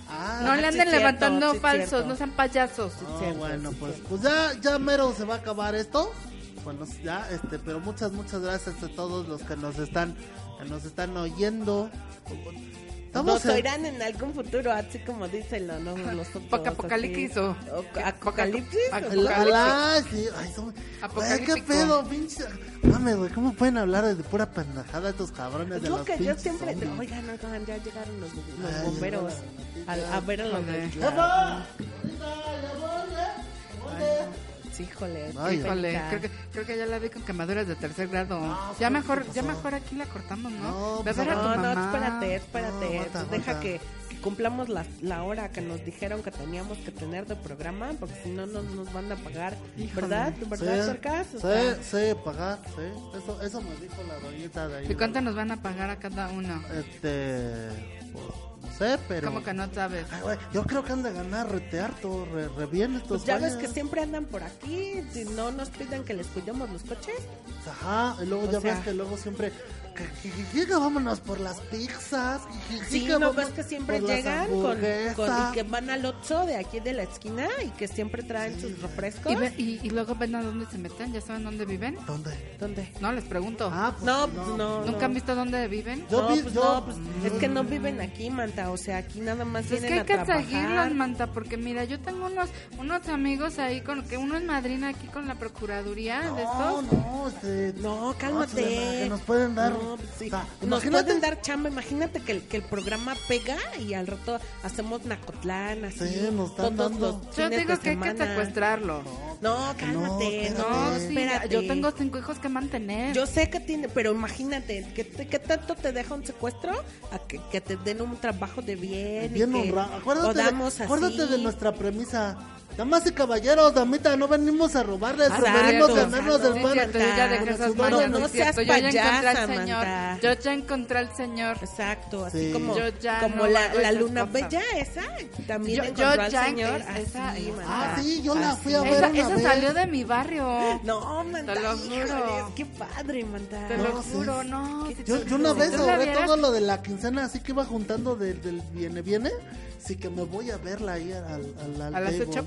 A: no le
B: sí,
A: anden
B: cierto,
A: levantando
B: sí,
A: falsos,
B: cierto.
A: no sean payasos.
D: Ah, bueno, pues, pues ya, ya mero se va a acabar esto. Bueno, ya, este, pero muchas, muchas gracias a todos los que nos están, que nos están oyendo. Estamos
B: Nos
D: en-
B: oirán en algún futuro, así como díselo, ¿no? Nosotros,
A: Pocapocalipsis
B: así.
A: o-
B: O- ¿Apocalipsis?
A: Apocal-
D: La- la- sí, ay, son- güey, qué
A: Apocalíptico.
D: pedo, pinche. Mames, güey, ¿cómo pueden hablar de pura pendejada estos cabrones
B: Es
D: de
B: lo
D: los
B: que yo
D: pinches
B: siempre...
D: zombies?
B: Oigan, oigan, ya llegaron los, los
D: Ay,
B: bomberos a, a ver a los...
A: Joder.
D: ¡Ya va!
B: Sí, híjole. qué
A: Híjole,
B: penita.
A: creo que, creo que ya la vi con quemaduras de tercer grado. ya mejor, ya mejor aquí la cortamos, ¿no?
D: No,
A: Ve a
D: pues,
A: ver a tu
B: No, no,
A: mamá.
B: espérate, espérate.
D: No, aguanta,
B: Pues Deja
D: aguanta.
B: que, que cumplamos la, la hora que nos dijeron que teníamos que tener de programa, porque si no, no nos van a pagar. ¿Verdad? ¿Verdad, Cercas?
D: Sí,
B: O sea,
D: sí, pagar, sí. Eso, eso me dijo la doñita de ahí.
A: ¿Y cuánto nos van a pagar a cada uno?
D: Este. pues, no sé, pero.
A: ¿Cómo que no sabes?
D: Ay, güey, yo creo que han de ganar rete harto, re, re bien estos
B: Pues ya ves que
D: güeyes.
B: siempre andan por aquí, si no nos piden que les cuidemos los coches.
D: Ajá, y luego
B: O
D: ya
B: sea-
D: ves que luego siempre. Llega, vámonos por las pizzas.
B: Sí,
D: jijijica,
B: no
D: vámonos
B: ves que siempre
D: por las
B: llegan con, con-
D: hamburguesas.
B: y que van al Oxxo de aquí de la esquina y que siempre traen sus refrescos.
A: ¿Y, ve- y, y luego ven a dónde se meten, ya saben dónde viven.
D: ¿Dónde?
B: ¿Dónde?
A: No, les pregunto.
D: Ah, pues,
B: No, pues no.
A: ¿Nunca
B: no.
A: han visto dónde viven?
D: Yo
B: no,
D: vi-
B: pues
D: yo-
B: no, pues, es que no viven aquí, Manta. O sea, aquí nada más
A: Pues Es que
B: vienen
A: hay que
B: a trabajar.
A: seguirlos, Manta, porque mira, yo tengo unos unos amigos ahí con que uno es madrina aquí con la procuraduría de
D: No,
A: estos.
D: no, este.
B: No, cálmate.
D: que nos pueden dar-
B: No, pues sí.
D: o sea,
B: nos
D: imagínate-
B: pueden dar chamba. Imagínate que el, que el programa pega y al rato hacemos Nacotlán, así.
D: Sí, nos están
B: todos
D: dando.
B: los
A: Yo
B: fines
A: digo
B: de
A: que hay que
B: semana.
A: secuestrarlo.
B: No, cálmate.
D: No,
B: No,
A: No, sí,
B: espérate.
A: yo tengo cinco hijos que mantener.
B: Yo sé que tiene, pero imagínate, ¿qué, te- qué tanto te deja un secuestro? A que, que te den un trabajo de bien.
D: Bien
B: y que
D: honrado. Acuérdate,
B: podamos
D: de, acuérdate
B: así.
D: de nuestra premisa. Damas y caballeros, damita, no venimos a robarles,
B: Ah,
D: venimos a
B: exacto,
D: ganarnos
B: exacto.
D: el
A: Sí,
D: pan.
A: cierto, yo ya dejé
D: con
A: esas
D: el sudor de
A: mañas,
B: no
A: no
D: nuestro-
A: es cierto,
B: seas
A: yo ya encontré
B: payasa,
A: al señor.
B: Samantha.
A: Yo ya encontré al señor.
B: Exacto, así
D: Sí.
B: como,
A: Yo ya
B: como
A: no
B: la,
A: hago
B: la
A: esas
B: luna
A: cosas.
B: bella esa, también
A: Yo-
B: encontró
A: yo
B: al
A: ya
B: señor.
A: encontré esa-
B: así,
A: esa-
B: Manta.
D: Ah, sí, yo la
B: Así.
D: fui a ver
A: Esa,
D: una
A: esa
D: vez.
A: salió de mi barrio.
B: No, Manta,
A: Te lo
B: híjoles,
A: juro.
B: qué padre, Manta.
A: Te
D: No,
A: lo
D: sí.
A: juro, no. si
D: Yo,
A: tú-
D: yo una
A: si
D: vez
A: tú la
D: ahorré
A: vieras-
D: todo lo de la quincena, así que iba juntando de- del viene, viene. Así que me voy a verla ahí al, al, al,
A: ¿A la
D: table.
A: sex shop?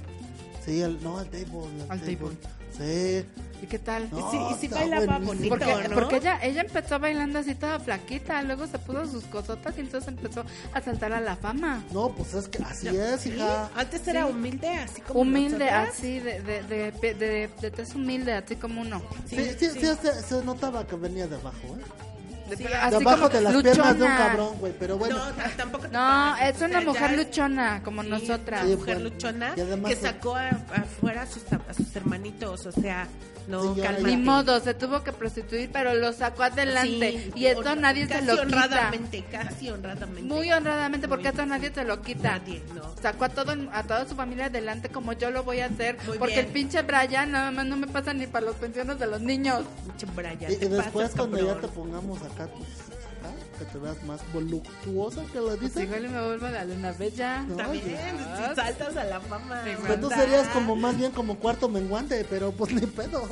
D: Sí, al- no, al table.
A: Al table.
D: Sí.
A: ¿Y qué tal?
D: No,
B: sí- y sí
D: está
B: bailaba
D: buenísimo.
B: bonito.
A: Porque, eh,
B: ¿no?
A: porque ella, ella empezó bailando así toda flaquita, luego se puso sus cosotas y entonces empezó a saltar a la fama.
D: No, pues es que así es, hija.
A: ah,
B: Antes era humilde, así como
A: Humilde,
B: nosotras.
A: así, de, de, de, de, de- de tez humilde, así como uno.
D: Sí, sí, sí, Se, se notaba que venía de abajo, ¿eh?
A: De,
B: Sí, ah,
A: pero
D: De
A: así
D: abajo
A: como
D: de las piernas de un
A: luchona.
D: cabrón, güey. Pero bueno.
B: No, t- tampoco te
A: No,
B: pases,
A: es
B: o
A: una
B: sea,
A: mujer
B: ya es-
A: luchona, como
B: sí,
A: nosotras.
B: Una mujer
D: Sí, pues,
B: luchona
D: y además-
B: que sacó a- afuera a sus, a sus hermanitos, o sea, no,
D: Sí, yo la-
B: calma.
A: Ni modo, se tuvo que prostituir, pero lo sacó adelante.
B: Sí,
A: y esto
B: honra-
A: nadie se
B: casi
A: lo quita.
B: honradamente, casi honradamente.
A: Muy honradamente, porque esto nadie se lo quita.
B: Nadie, no.
A: Sacó a, todo, a toda su familia adelante como yo lo voy a hacer.
B: Muy
A: porque
B: bien.
A: el pinche Brian nada más no me pasa ni para los pensiones de los niños.
B: Pinche Brian,
D: Y, y
B: te
D: después
B: pasas,
D: cuando ya
B: cabrón.
D: te pongamos acá, pues, acá, que te veas más voluptuosa que lo
A: Pues
D: dicen.
A: igual y me vuelvo la luna bella.
D: No,
B: También,
D: ya.
B: si saltas a la fama.
A: Sí,
D: Pues tú
B: Manta.
D: serías como más bien como cuarto menguante, pero pues ni pedo.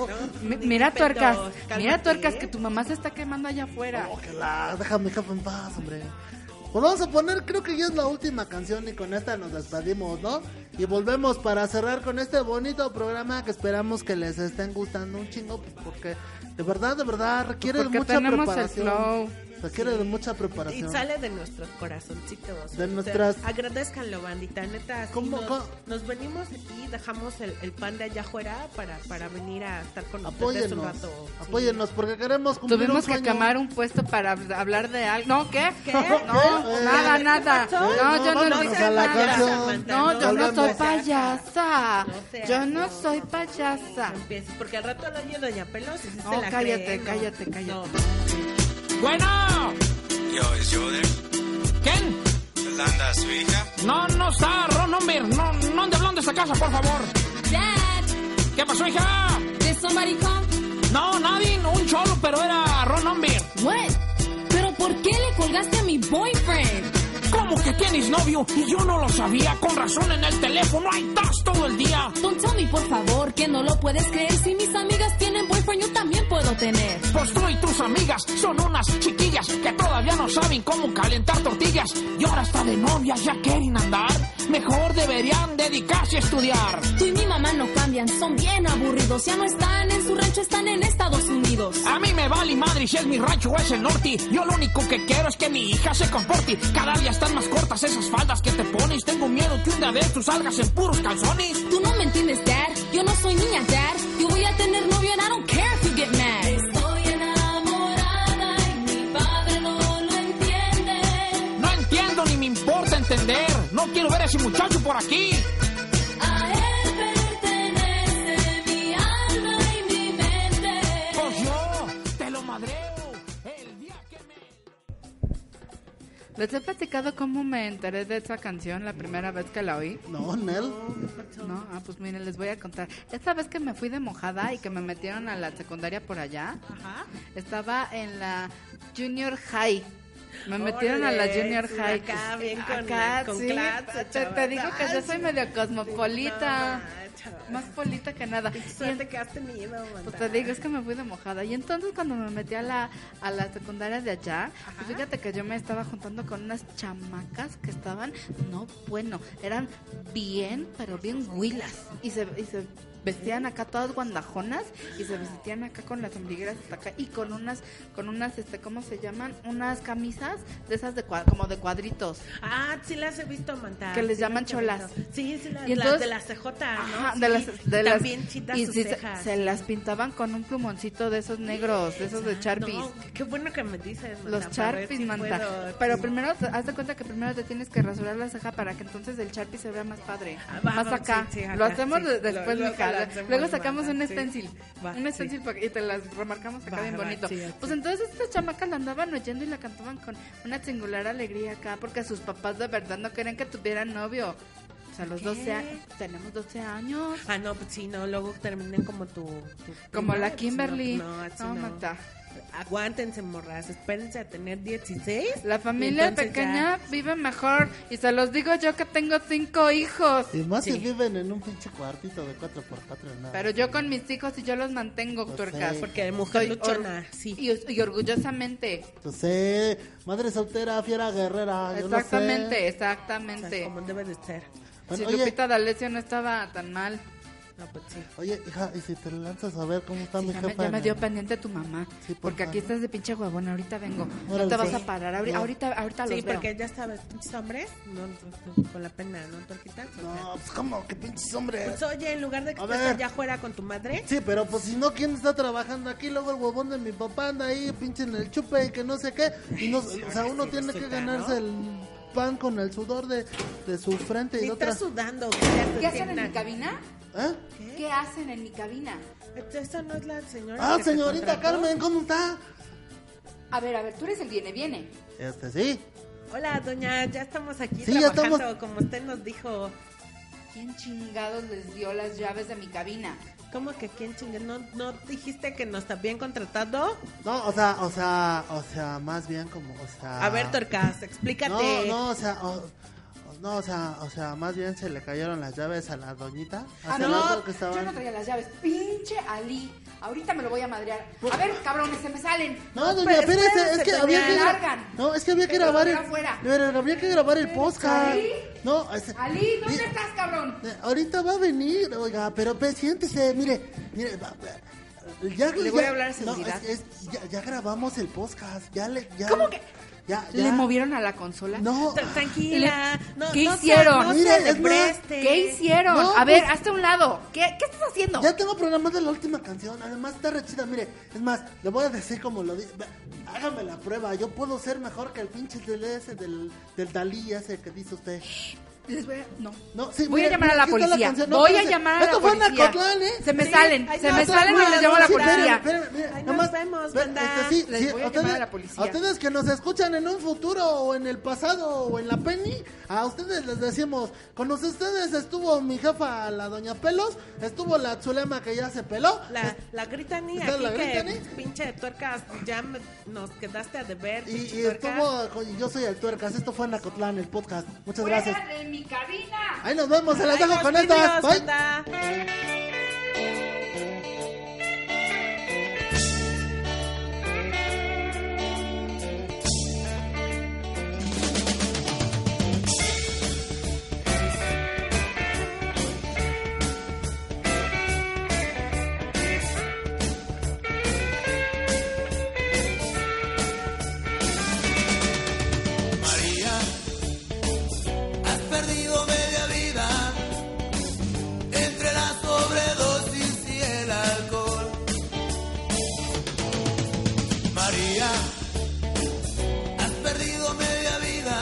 A: Mi-
B: Ni
A: mira
B: pedo,
A: tuercas,
B: cálmate. ¿eh?
A: mira tuercas que tu mamá se está quemando allá afuera.
D: Ojalá, Oh, déjame jefe en paz, hombre. Pues vamos a poner, creo que ya es la última canción y con esta nos despedimos, ¿no? Y volvemos para cerrar con este bonito programa que esperamos que les estén gustando un chingo, pues porque de verdad, de verdad, requiere de
A: Porque
D: mucha
A: tenemos el
D: preparación.
A: flow.
D: Requiere de mucha
B: Y
D: preparación.
B: sale de nuestros corazoncitos.
D: De
B: O sea,
D: nuestras-
B: Agradezcanlo, bandita, neta. así
D: ¿Cómo,
B: nos,
D: cómo?
B: nos venimos aquí, dejamos el, el pan de allá afuera para, para venir a estar con ustedes un
D: Apóyennos,
B: rato. Sí.
D: apóyennos, porque queremos cumplir un
A: Tuvimos que
D: sueño.
A: quemar un puesto para hab- hablar de algo. ¿No? ¿Qué?
B: ¿Qué?
A: No,
D: ¿Qué?
A: nada,
D: ¿Qué
A: nada.
B: pasó?
A: No, yo no,
D: vámonos
A: dije
D: a la
A: nada.
D: canción.
A: No, yo no soy
D: Volvemos.
A: payasa.
B: No seas,
A: Yo
B: no.
A: no soy payasa.
B: Empieces, porque al rato la oye Doña Pelos y sí
A: No,
B: se la
A: cállate,
B: cree, ¿no?
A: cállate, cállate.
B: No.
J: Bueno,
N: Yo, ¿es Yoder?
O: ¿Quién?
N: ¿Yolanda, su hija?
O: No, no está, Ron, hombre. No, no ande hablando de esta casa, por favor.
P: Dad,
O: ¿Qué pasó, hija?
P: did somebody come?
O: No, nadie, un cholo, pero era Ron, hombre.
P: What? ¿Pero por qué le colgaste a mi boyfriend?
O: ¿Cómo que tienes novio? Y yo no lo sabía. Con razón en el teléfono hay tas todo el día.
P: Don Tommy, por favor, que no lo puedes creer. Si mis amigas tienen boyfriend, yo también puedo tener.
O: Pues tú y tus amigas son unas chiquillas que todavía no saben cómo calentar tortillas. Y ahora está de novia, ya quieren andar. Mejor deberían dedicarse a estudiar.
P: Tú y mi mamá no cambian, son bien aburridos. Ya no están en su rancho, están en Estados Unidos.
O: A mí me vale madre si es mi rancho o es el norte. Yo lo único que quiero es que mi hija se comporte. Cada día están más cortas esas faldas que te pones. Tengo miedo que un día de estos salgas en puros calzones.
P: Tú no me entiendes, Dad. Yo no soy niña, Dad. Yo voy a tener novio and I don't care if you get mad. Estoy enamorada y mi padre no lo entiende.
O: No entiendo ni me importa entender. No quiero ver a ese muchacho por aquí.
P: A él pertenece mi alma y mi mente.
O: Pues yo te lo madreo.
A: ¿Les he platicado cómo me enteré de esa canción la primera vez que la oí?
D: No, Nel.
A: No, ah, pues miren, les voy a contar. Esta vez que me fui de mojada y que me metieron a la secundaria por allá, estaba en la Junior High. Me metieron a la
M: Órale,
A: Junior
M: sí,
A: High.
M: acá, bien con- con
A: sí,
M: clase,
A: te, te
M: chaval.
A: digo que yo soy medio cosmopolita.
M: chaval.
A: Más polita que nada. Y en-
M: Suerte que has tenido, Amanda.
A: pues te digo, es que me fui de mojada. Y entonces cuando me metí a la, a la secundaria de allá, pues fíjate que yo me estaba juntando con unas chamacas que estaban, no bueno, eran bien, pero bien huilas. Y se, y se vestían acá todas guandajonas y se vestían acá con las ombligueras hasta acá y con unas, con unas, este, ¿cómo se llaman? Unas camisas de esas de cua- como de cuadritos.
M: Ah, sí las he visto, Amanda.
A: Que les
M: Sí
A: llaman
M: las he visto.
A: cholas.
M: Sí, sí, las,
A: Y
M: las
A: entonces-
M: de las CJ, ¿no?
A: Ajá,
M: Sí,
A: de las, de las-
M: También chidas
A: y
M: sus
A: sí se-
M: cejas.
A: Se, las pintaban con un plumoncito de esos negros, de esos de Sharpies.
M: No, qué bueno que me dices, Amanda,
A: Los
M: para ver
A: Sharpies,
M: si
A: manta.
M: puedo.
A: Pero primero, te- haz de cuenta que primero te tienes que rasurar la ceja para que entonces el Sharpie se vea más padre.
M: Ah, va,
A: más
M: va,
A: acá.
M: sí, sí, acá,
A: lo hacemos
M: sí.
A: de-
M: Lo-
A: después,
M: luego
A: mija.
M: lo hacemos,
A: Luego sacamos
M: manda,
A: un
M: sí.
A: stencil.
M: Va,
A: un
M: sí.
A: stencil pa- y te las remarcamos acá
M: Va,
A: bien
M: va,
A: bonito.
M: sí, sí.
A: Pues entonces estas chamacas la andaban oyendo y la cantaban con una singular alegría acá porque sus papás de verdad no querían que tuvieran novio. O sea, a los
M: ¿Qué?
A: 12 años. Tenemos 12 años.
M: Ah, no, pues sí, no, luego terminan como tu... tu
A: Como
M: prima,
A: la
M: pues,
A: Kimberly.
M: No, no, así
A: No,
M: no.
A: manta.
M: Aguántense, morras, espérense a tener 16.
A: La familia pequeña vive mejor. Y se los digo yo que tengo cinco hijos.
D: Y más si
A: Sí.
D: viven en un pinche cuartito de 4x4 nada.
A: Pero yo con mis hijos y yo los mantengo, tuercas.
D: sí.
M: Porque mujer
A: Soy
M: luchona,
A: or- Y, y orgullosamente.
D: Yo sé, madre soltera, fiera guerrera. Ah, yo lo sé.
A: exactamente, exactamente.
M: como debe de ser.
A: si
D: Bueno, oye.
A: Lupita D'Alessio no estaba tan mal.
M: pues
D: Oye, hija, y si te lanzas a ver cómo está mi
A: Ya me,
D: jefa.
A: ya me
D: en
A: dio
D: el-
A: pendiente tu mamá. porque aquí estás de pinche huevón. Ahorita vengo.
D: Órale, pues.
A: no te vas
D: sí.
A: a parar. ahori-
D: Ya.
A: Ahorita, ahorita
M: Sí,
A: los veo.
M: porque ya sabes, pinches hombres, no, no, no, con la pena, ¿no? Torquita. No,
D: pues ¿cómo? ¿Qué pinches hombres?
M: Pues oye, en lugar de que
D: A
M: estés
D: ver.
M: allá afuera con tu madre,
D: Sí, pero pues si no, ¿quién está trabajando aquí? Luego el huevón de mi papá anda ahí, pinche en el chupe y que no sé qué. Y no, o sea, uno tiene que ganarse el pan con el sudor de, de su frente y
M: si
D: de otras.
M: estás sudando, ¿qué haces?
A: ¿Qué hacen en
M: Nena?
A: mi cabina?
D: ¿Eh?
A: ¿Qué hacen en mi cabina?
M: Esa no es la señora.
D: Ah,
M: que te
D: señorita
M: contrató.
D: Carmen, ¿cómo está?
A: A ver, a ver, tú eres el viene, viene.
D: Este sí.
M: Hola, doña, ya estamos aquí
D: Sí, ya
M: trabajando, como usted nos dijo.
A: ¿Quién chingados les dio las llaves de mi cabina?
M: ¿Cómo que quién chingue? ¿No, ¿No dijiste que nos habían contratado?
D: No, o sea, o sea, o sea, más bien como, o sea.
M: A ver, Torcas, explícate.
D: No, Ah. no, o sea, o- o- no, o sea, o sea, más bien se le cayeron las llaves a la doñita.
A: Ah,
D: Hace
A: no,
D: rato que estaban-
A: yo no traía las llaves. Pinche Ali. Ahorita me lo voy a madrear. A ver, cabrones, se me salen.
D: No, doña,
A: pero
D: espérese, es que
A: se
D: había
A: me
D: que
A: largan.
D: No, es que había que
A: Pero
D: grabar el
A: está afuera.
D: pero había que grabar el podcast.
A: ¿Ali?
D: No, es-
A: Ali,
D: di-
A: ¿dónde estás, cabrón?
D: eh, ahorita va a venir, oiga, pero pues, siéntese, mire, mire, va- va- ya
A: Le
D: ya-
A: voy a hablar a
D: no,
A: seguridad.
D: es- es- ya, ya grabamos el podcast, ya le ya
A: ¿Cómo que?
D: Ya, ya.
A: ¿Le movieron a la consola?
D: No.
M: Tra- Tranquila.
A: Le-
M: No,
A: ¿Qué
M: no se-
A: hicieron?
M: no se
D: Mira, es
M: depreste.
A: ¿Qué hicieron?
D: No,
A: a ver, ah,
D: pues-
A: hazte a un lado. ¿Qué, qué estás haciendo?
D: Ya tengo programada la última canción. Además, está re chida. Mire, es más, le voy a decir como lo dice. Hágame la prueba. Yo puedo ser mejor que el pinche del ese del, del Dalí ese que dice usted.
A: Les voy a... No.
D: No, sí,
A: voy
D: mira,
A: a llamar a
D: mira,
A: la
D: aquí está la
A: policía.
D: canción. No,
A: voy a
D: espérense.
A: llamar a
D: Esto
A: la
D: fue en
A: policía.
D: Acotlán, ¿eh?
A: Se me
D: Sí.
A: salen,
D: Ay,
A: se
D: no,
A: me
D: no,
A: salen
D: no,
A: y les
D: no,
A: llamo a la
D: sí, espérenme,
A: policía.
D: espérenme, espérenme.
A: Ay, nos
D: Nada más,
A: vemos,
D: ve-
A: banda.
D: este, sí,
A: Les
D: sí,
A: voy a
D: a
A: llamar
D: ustedes-
A: a la policía.
D: A ustedes que nos escuchan en un futuro o en el pasado o en la penny, a ustedes les decimos, con ustedes estuvo mi jefa, la doña Pelos, estuvo la Zulema que ya se peló.
B: La, la Gritani,
D: ¿Está
B: aquí
D: la
B: que
D: Gritani?
B: pinche de tuercas, ya me- nos quedaste a deber.
D: Y,
B: pinche
D: y
B: tuercas.
D: estuvo, con- yo soy el tuercas, esto fue en Acotlán, el podcast. Muchas gracias.
H: de mi cabina!
D: Ahí nos vemos, se las
B: Ay,
D: dejo
B: los
D: con estas.
B: vidrios,
D: Bye.
B: banda.
J: María, has perdido media vida entre la sobredosis y el alcohol. María, has perdido media vida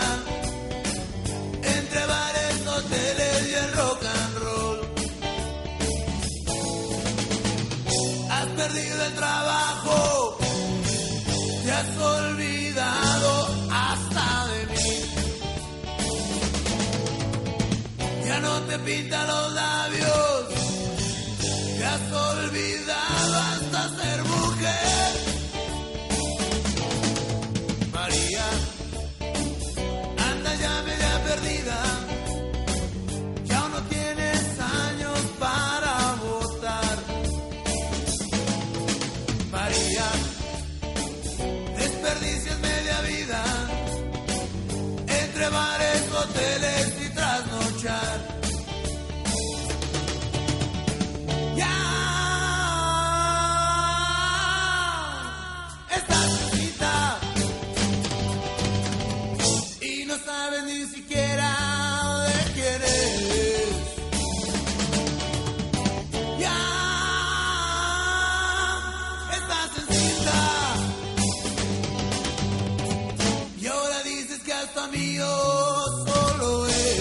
J: entre bares, hoteles y el rock and roll. Has perdido el trabajo, te has olvidado hasta de mí. Ya no te pinta los labios, te has olvidado hasta ser mujer. María, anda ya media perdida, ya no tienes años para votar. María, desperdicias media vida entre bares, hoteles y trasnochar. Ya estás solita y no sabes ni siquiera de quién eres. Ya estás en cinta. Y ahora dices que hasta mío solo es.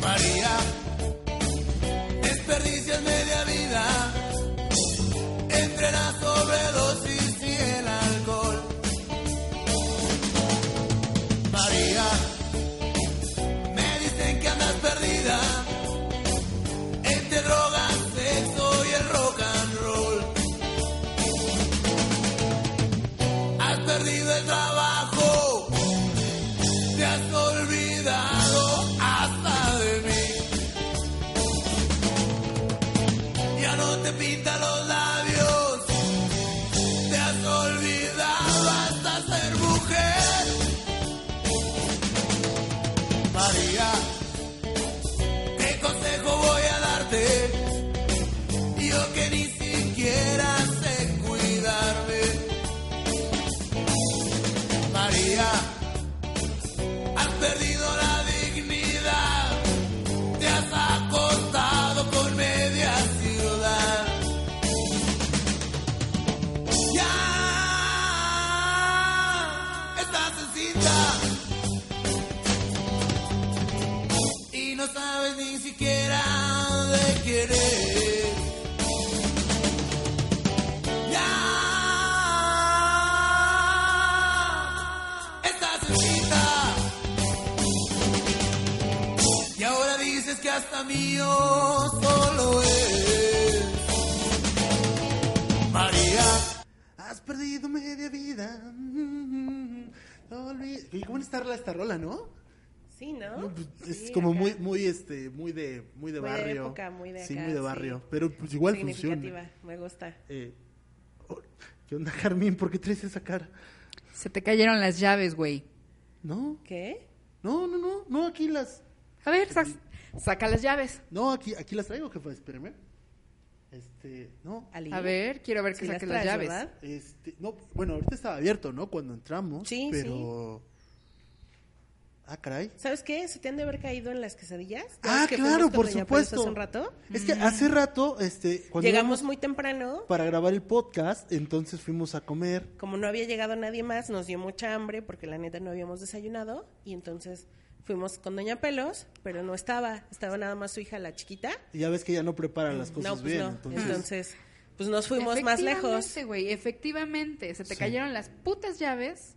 J: María, desperdicias media vida entre la sobredosis y el alcohol. María, me dicen que andas perdida entre drogas, sexo y el rock and roll. Has perdido el trabajo, te has olvidado hasta de mí. Ya no te pinta los labios, te has olvidado hasta ser mujer. María, ¿qué consejo voy a darte? Yo que ni siquiera sé cuidarme. María, has perdido la dignidad, te has acostado con media ciudad. Ya estás en cinta y no sabes ni siquiera de quién eres. Ya estás en cinta. Y ahora dices que hasta mío solo es María.
D: Has perdido media vida. Mm, olvi- Oye, qué buena está esta rola, ¿no?
B: Sí, ¿no?
D: Es
B: Sí,
D: como
B: acá.
D: muy, muy, este, muy de, muy de
B: Muy de
D: barrio.
B: época, muy de
D: sí,
B: acá,
D: muy de
B: sí.
D: barrio. Pero pues igual funciona.
B: Significativa, me gusta.
D: Eh, oh, ¿Qué onda, Carmín? ¿Por qué traes esa cara?
A: Se te cayeron las llaves, güey.
D: ¿No?
B: ¿Qué?
D: No, no, no, no, aquí las.
A: A ver, sac- saca las llaves.
D: No, aquí, aquí las traigo, jefa, espérame. Este, no.
A: Ali. A ver, quiero ver que Sí las saque las traes, llaves. ¿verdad?
D: Este, no, bueno, ahorita estaba abierto, ¿no? Cuando entramos.
B: Sí,
D: pero... Ah, caray.
B: ¿Sabes qué? ¿Se te han de haber caído en las quesadillas? ¿Ya
D: Ah,
B: ves que
D: claro,
B: fuimos con
D: por
B: Doña Pelos
D: supuesto.
B: Hace un rato. Mm.
D: Es que hace rato, este, cuando
B: Llegamos
D: íbamos
B: muy temprano.
D: para grabar el podcast, entonces fuimos a comer.
B: Como no había llegado nadie más, nos dio mucha hambre porque la neta no habíamos desayunado. Y entonces fuimos con Doña Pelos, pero no estaba. Estaba nada más su hija, la chiquita.
D: Y ya ves que ya no prepara las cosas
B: no, pues
D: bien.
B: no.
D: Entonces,
B: Entonces, pues nos fuimos más lejos.
A: Efectivamente, güey, efectivamente. Se te
D: Sí.
A: cayeron las putas llaves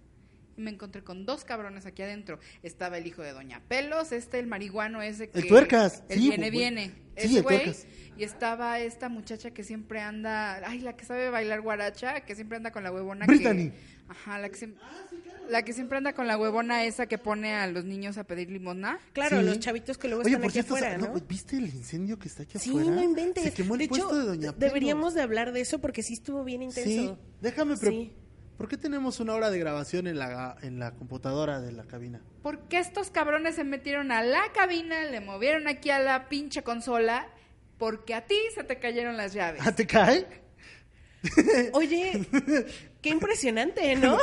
A: y me encontré con dos cabrones aquí adentro. Estaba el hijo de Doña Pelos, este, el marihuano ese que...
D: El tuercas,
A: El
D: sí,
A: viene,
D: güey.
A: viene.
D: Sí,
A: ese
D: el
A: güey.
D: tuercas.
A: Y estaba esta muchacha que siempre anda... Ay, la que sabe bailar guaracha, que siempre anda con la huevona que-
D: Brittany.
A: Ajá, la que, siem- la que siempre anda con la huevona esa que pone a los niños a pedir limosna.
D: Sí. Oye,
A: están
D: por cierto, sa- ¿viste el incendio que está aquí
B: Sí,
D: afuera?
B: no inventes.
D: Se quemó el
B: de
D: puesto
B: hecho,
D: de Doña Pelos.
B: deberíamos de hablar de eso porque sí estuvo bien
D: Sí,
B: intenso.
D: déjame, pero
B: Sí.
D: ¿por qué tenemos una hora de grabación en la, en la computadora de la cabina?
A: Porque estos cabrones se metieron a la cabina, le movieron aquí a la pinche consola, porque a ti se te cayeron las llaves.
D: ¿Ah, te cae?
B: Oye, qué impresionante, ¿no?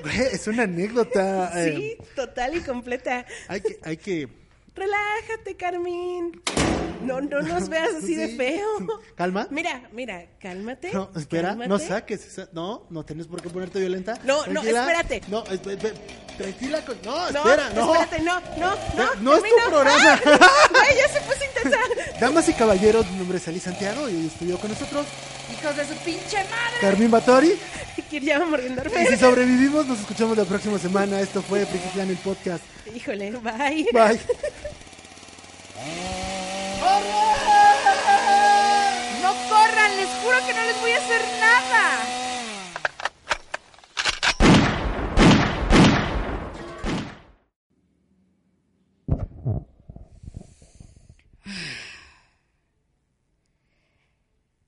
D: Güey, es una anécdota.
B: Sí,
D: eh,
B: total y completa.
D: hay que, hay que,
B: Relájate, Carmín. No, no nos veas así de
D: Sí.
B: feo.
D: calma.
B: Mira, mira, cálmate.
D: No, espera, no
B: cálmate.
D: saques esa- no, no tienes por qué ponerte violenta.
B: No, no,
D: Tranquila.
B: espérate.
D: No, esp- esp- tranquila con, no, espera, no.
B: Espérate, no, no, no.
D: No, no es tu
B: Carmín,
D: programa.
B: ¡Ah! Ay, ya se puso intensa.
D: Damas y caballeros, mi nombre es Ali Santiago y hoy estudió con nosotros
A: Hijos de su pinche madre.
D: Carmín Batori.
B: Quería Morgendorfer.
D: Y si sobrevivimos, nos escuchamos la próxima semana. Esto fue Friki Clan, el podcast.
B: Híjole, bye.
D: Bye.
A: No corran, les juro que no les voy a hacer nada.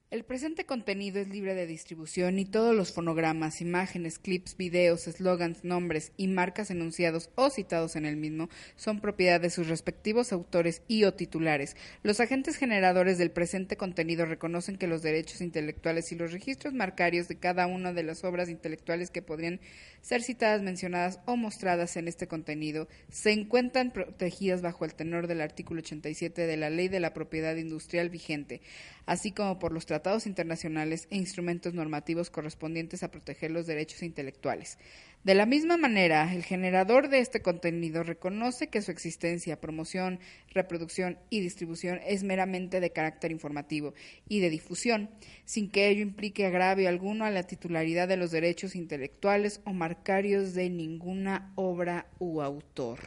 A: El presente contenido es libre de distribución y todos los fonogramas, imágenes, clips, videos, eslogans, nombres y marcas enunciados o citados en el mismo son propiedad de sus respectivos autores y o titulares. Los agentes generadores del presente contenido reconocen que los derechos intelectuales y los registros marcarios de cada una de las obras intelectuales que podrían ser citadas, mencionadas o mostradas en este contenido se encuentran protegidas bajo el tenor del artículo 87 de la Ley de la Propiedad Industrial vigente, así como por los tratados internacionales e instrumentos normativos correspondientes a proteger los derechos intelectuales. De la misma manera, el generador de este contenido reconoce que su existencia, promoción, reproducción y distribución es meramente de carácter informativo y de difusión, sin que ello implique agravio alguno a la titularidad de los derechos intelectuales o marcarios de ninguna obra u autor.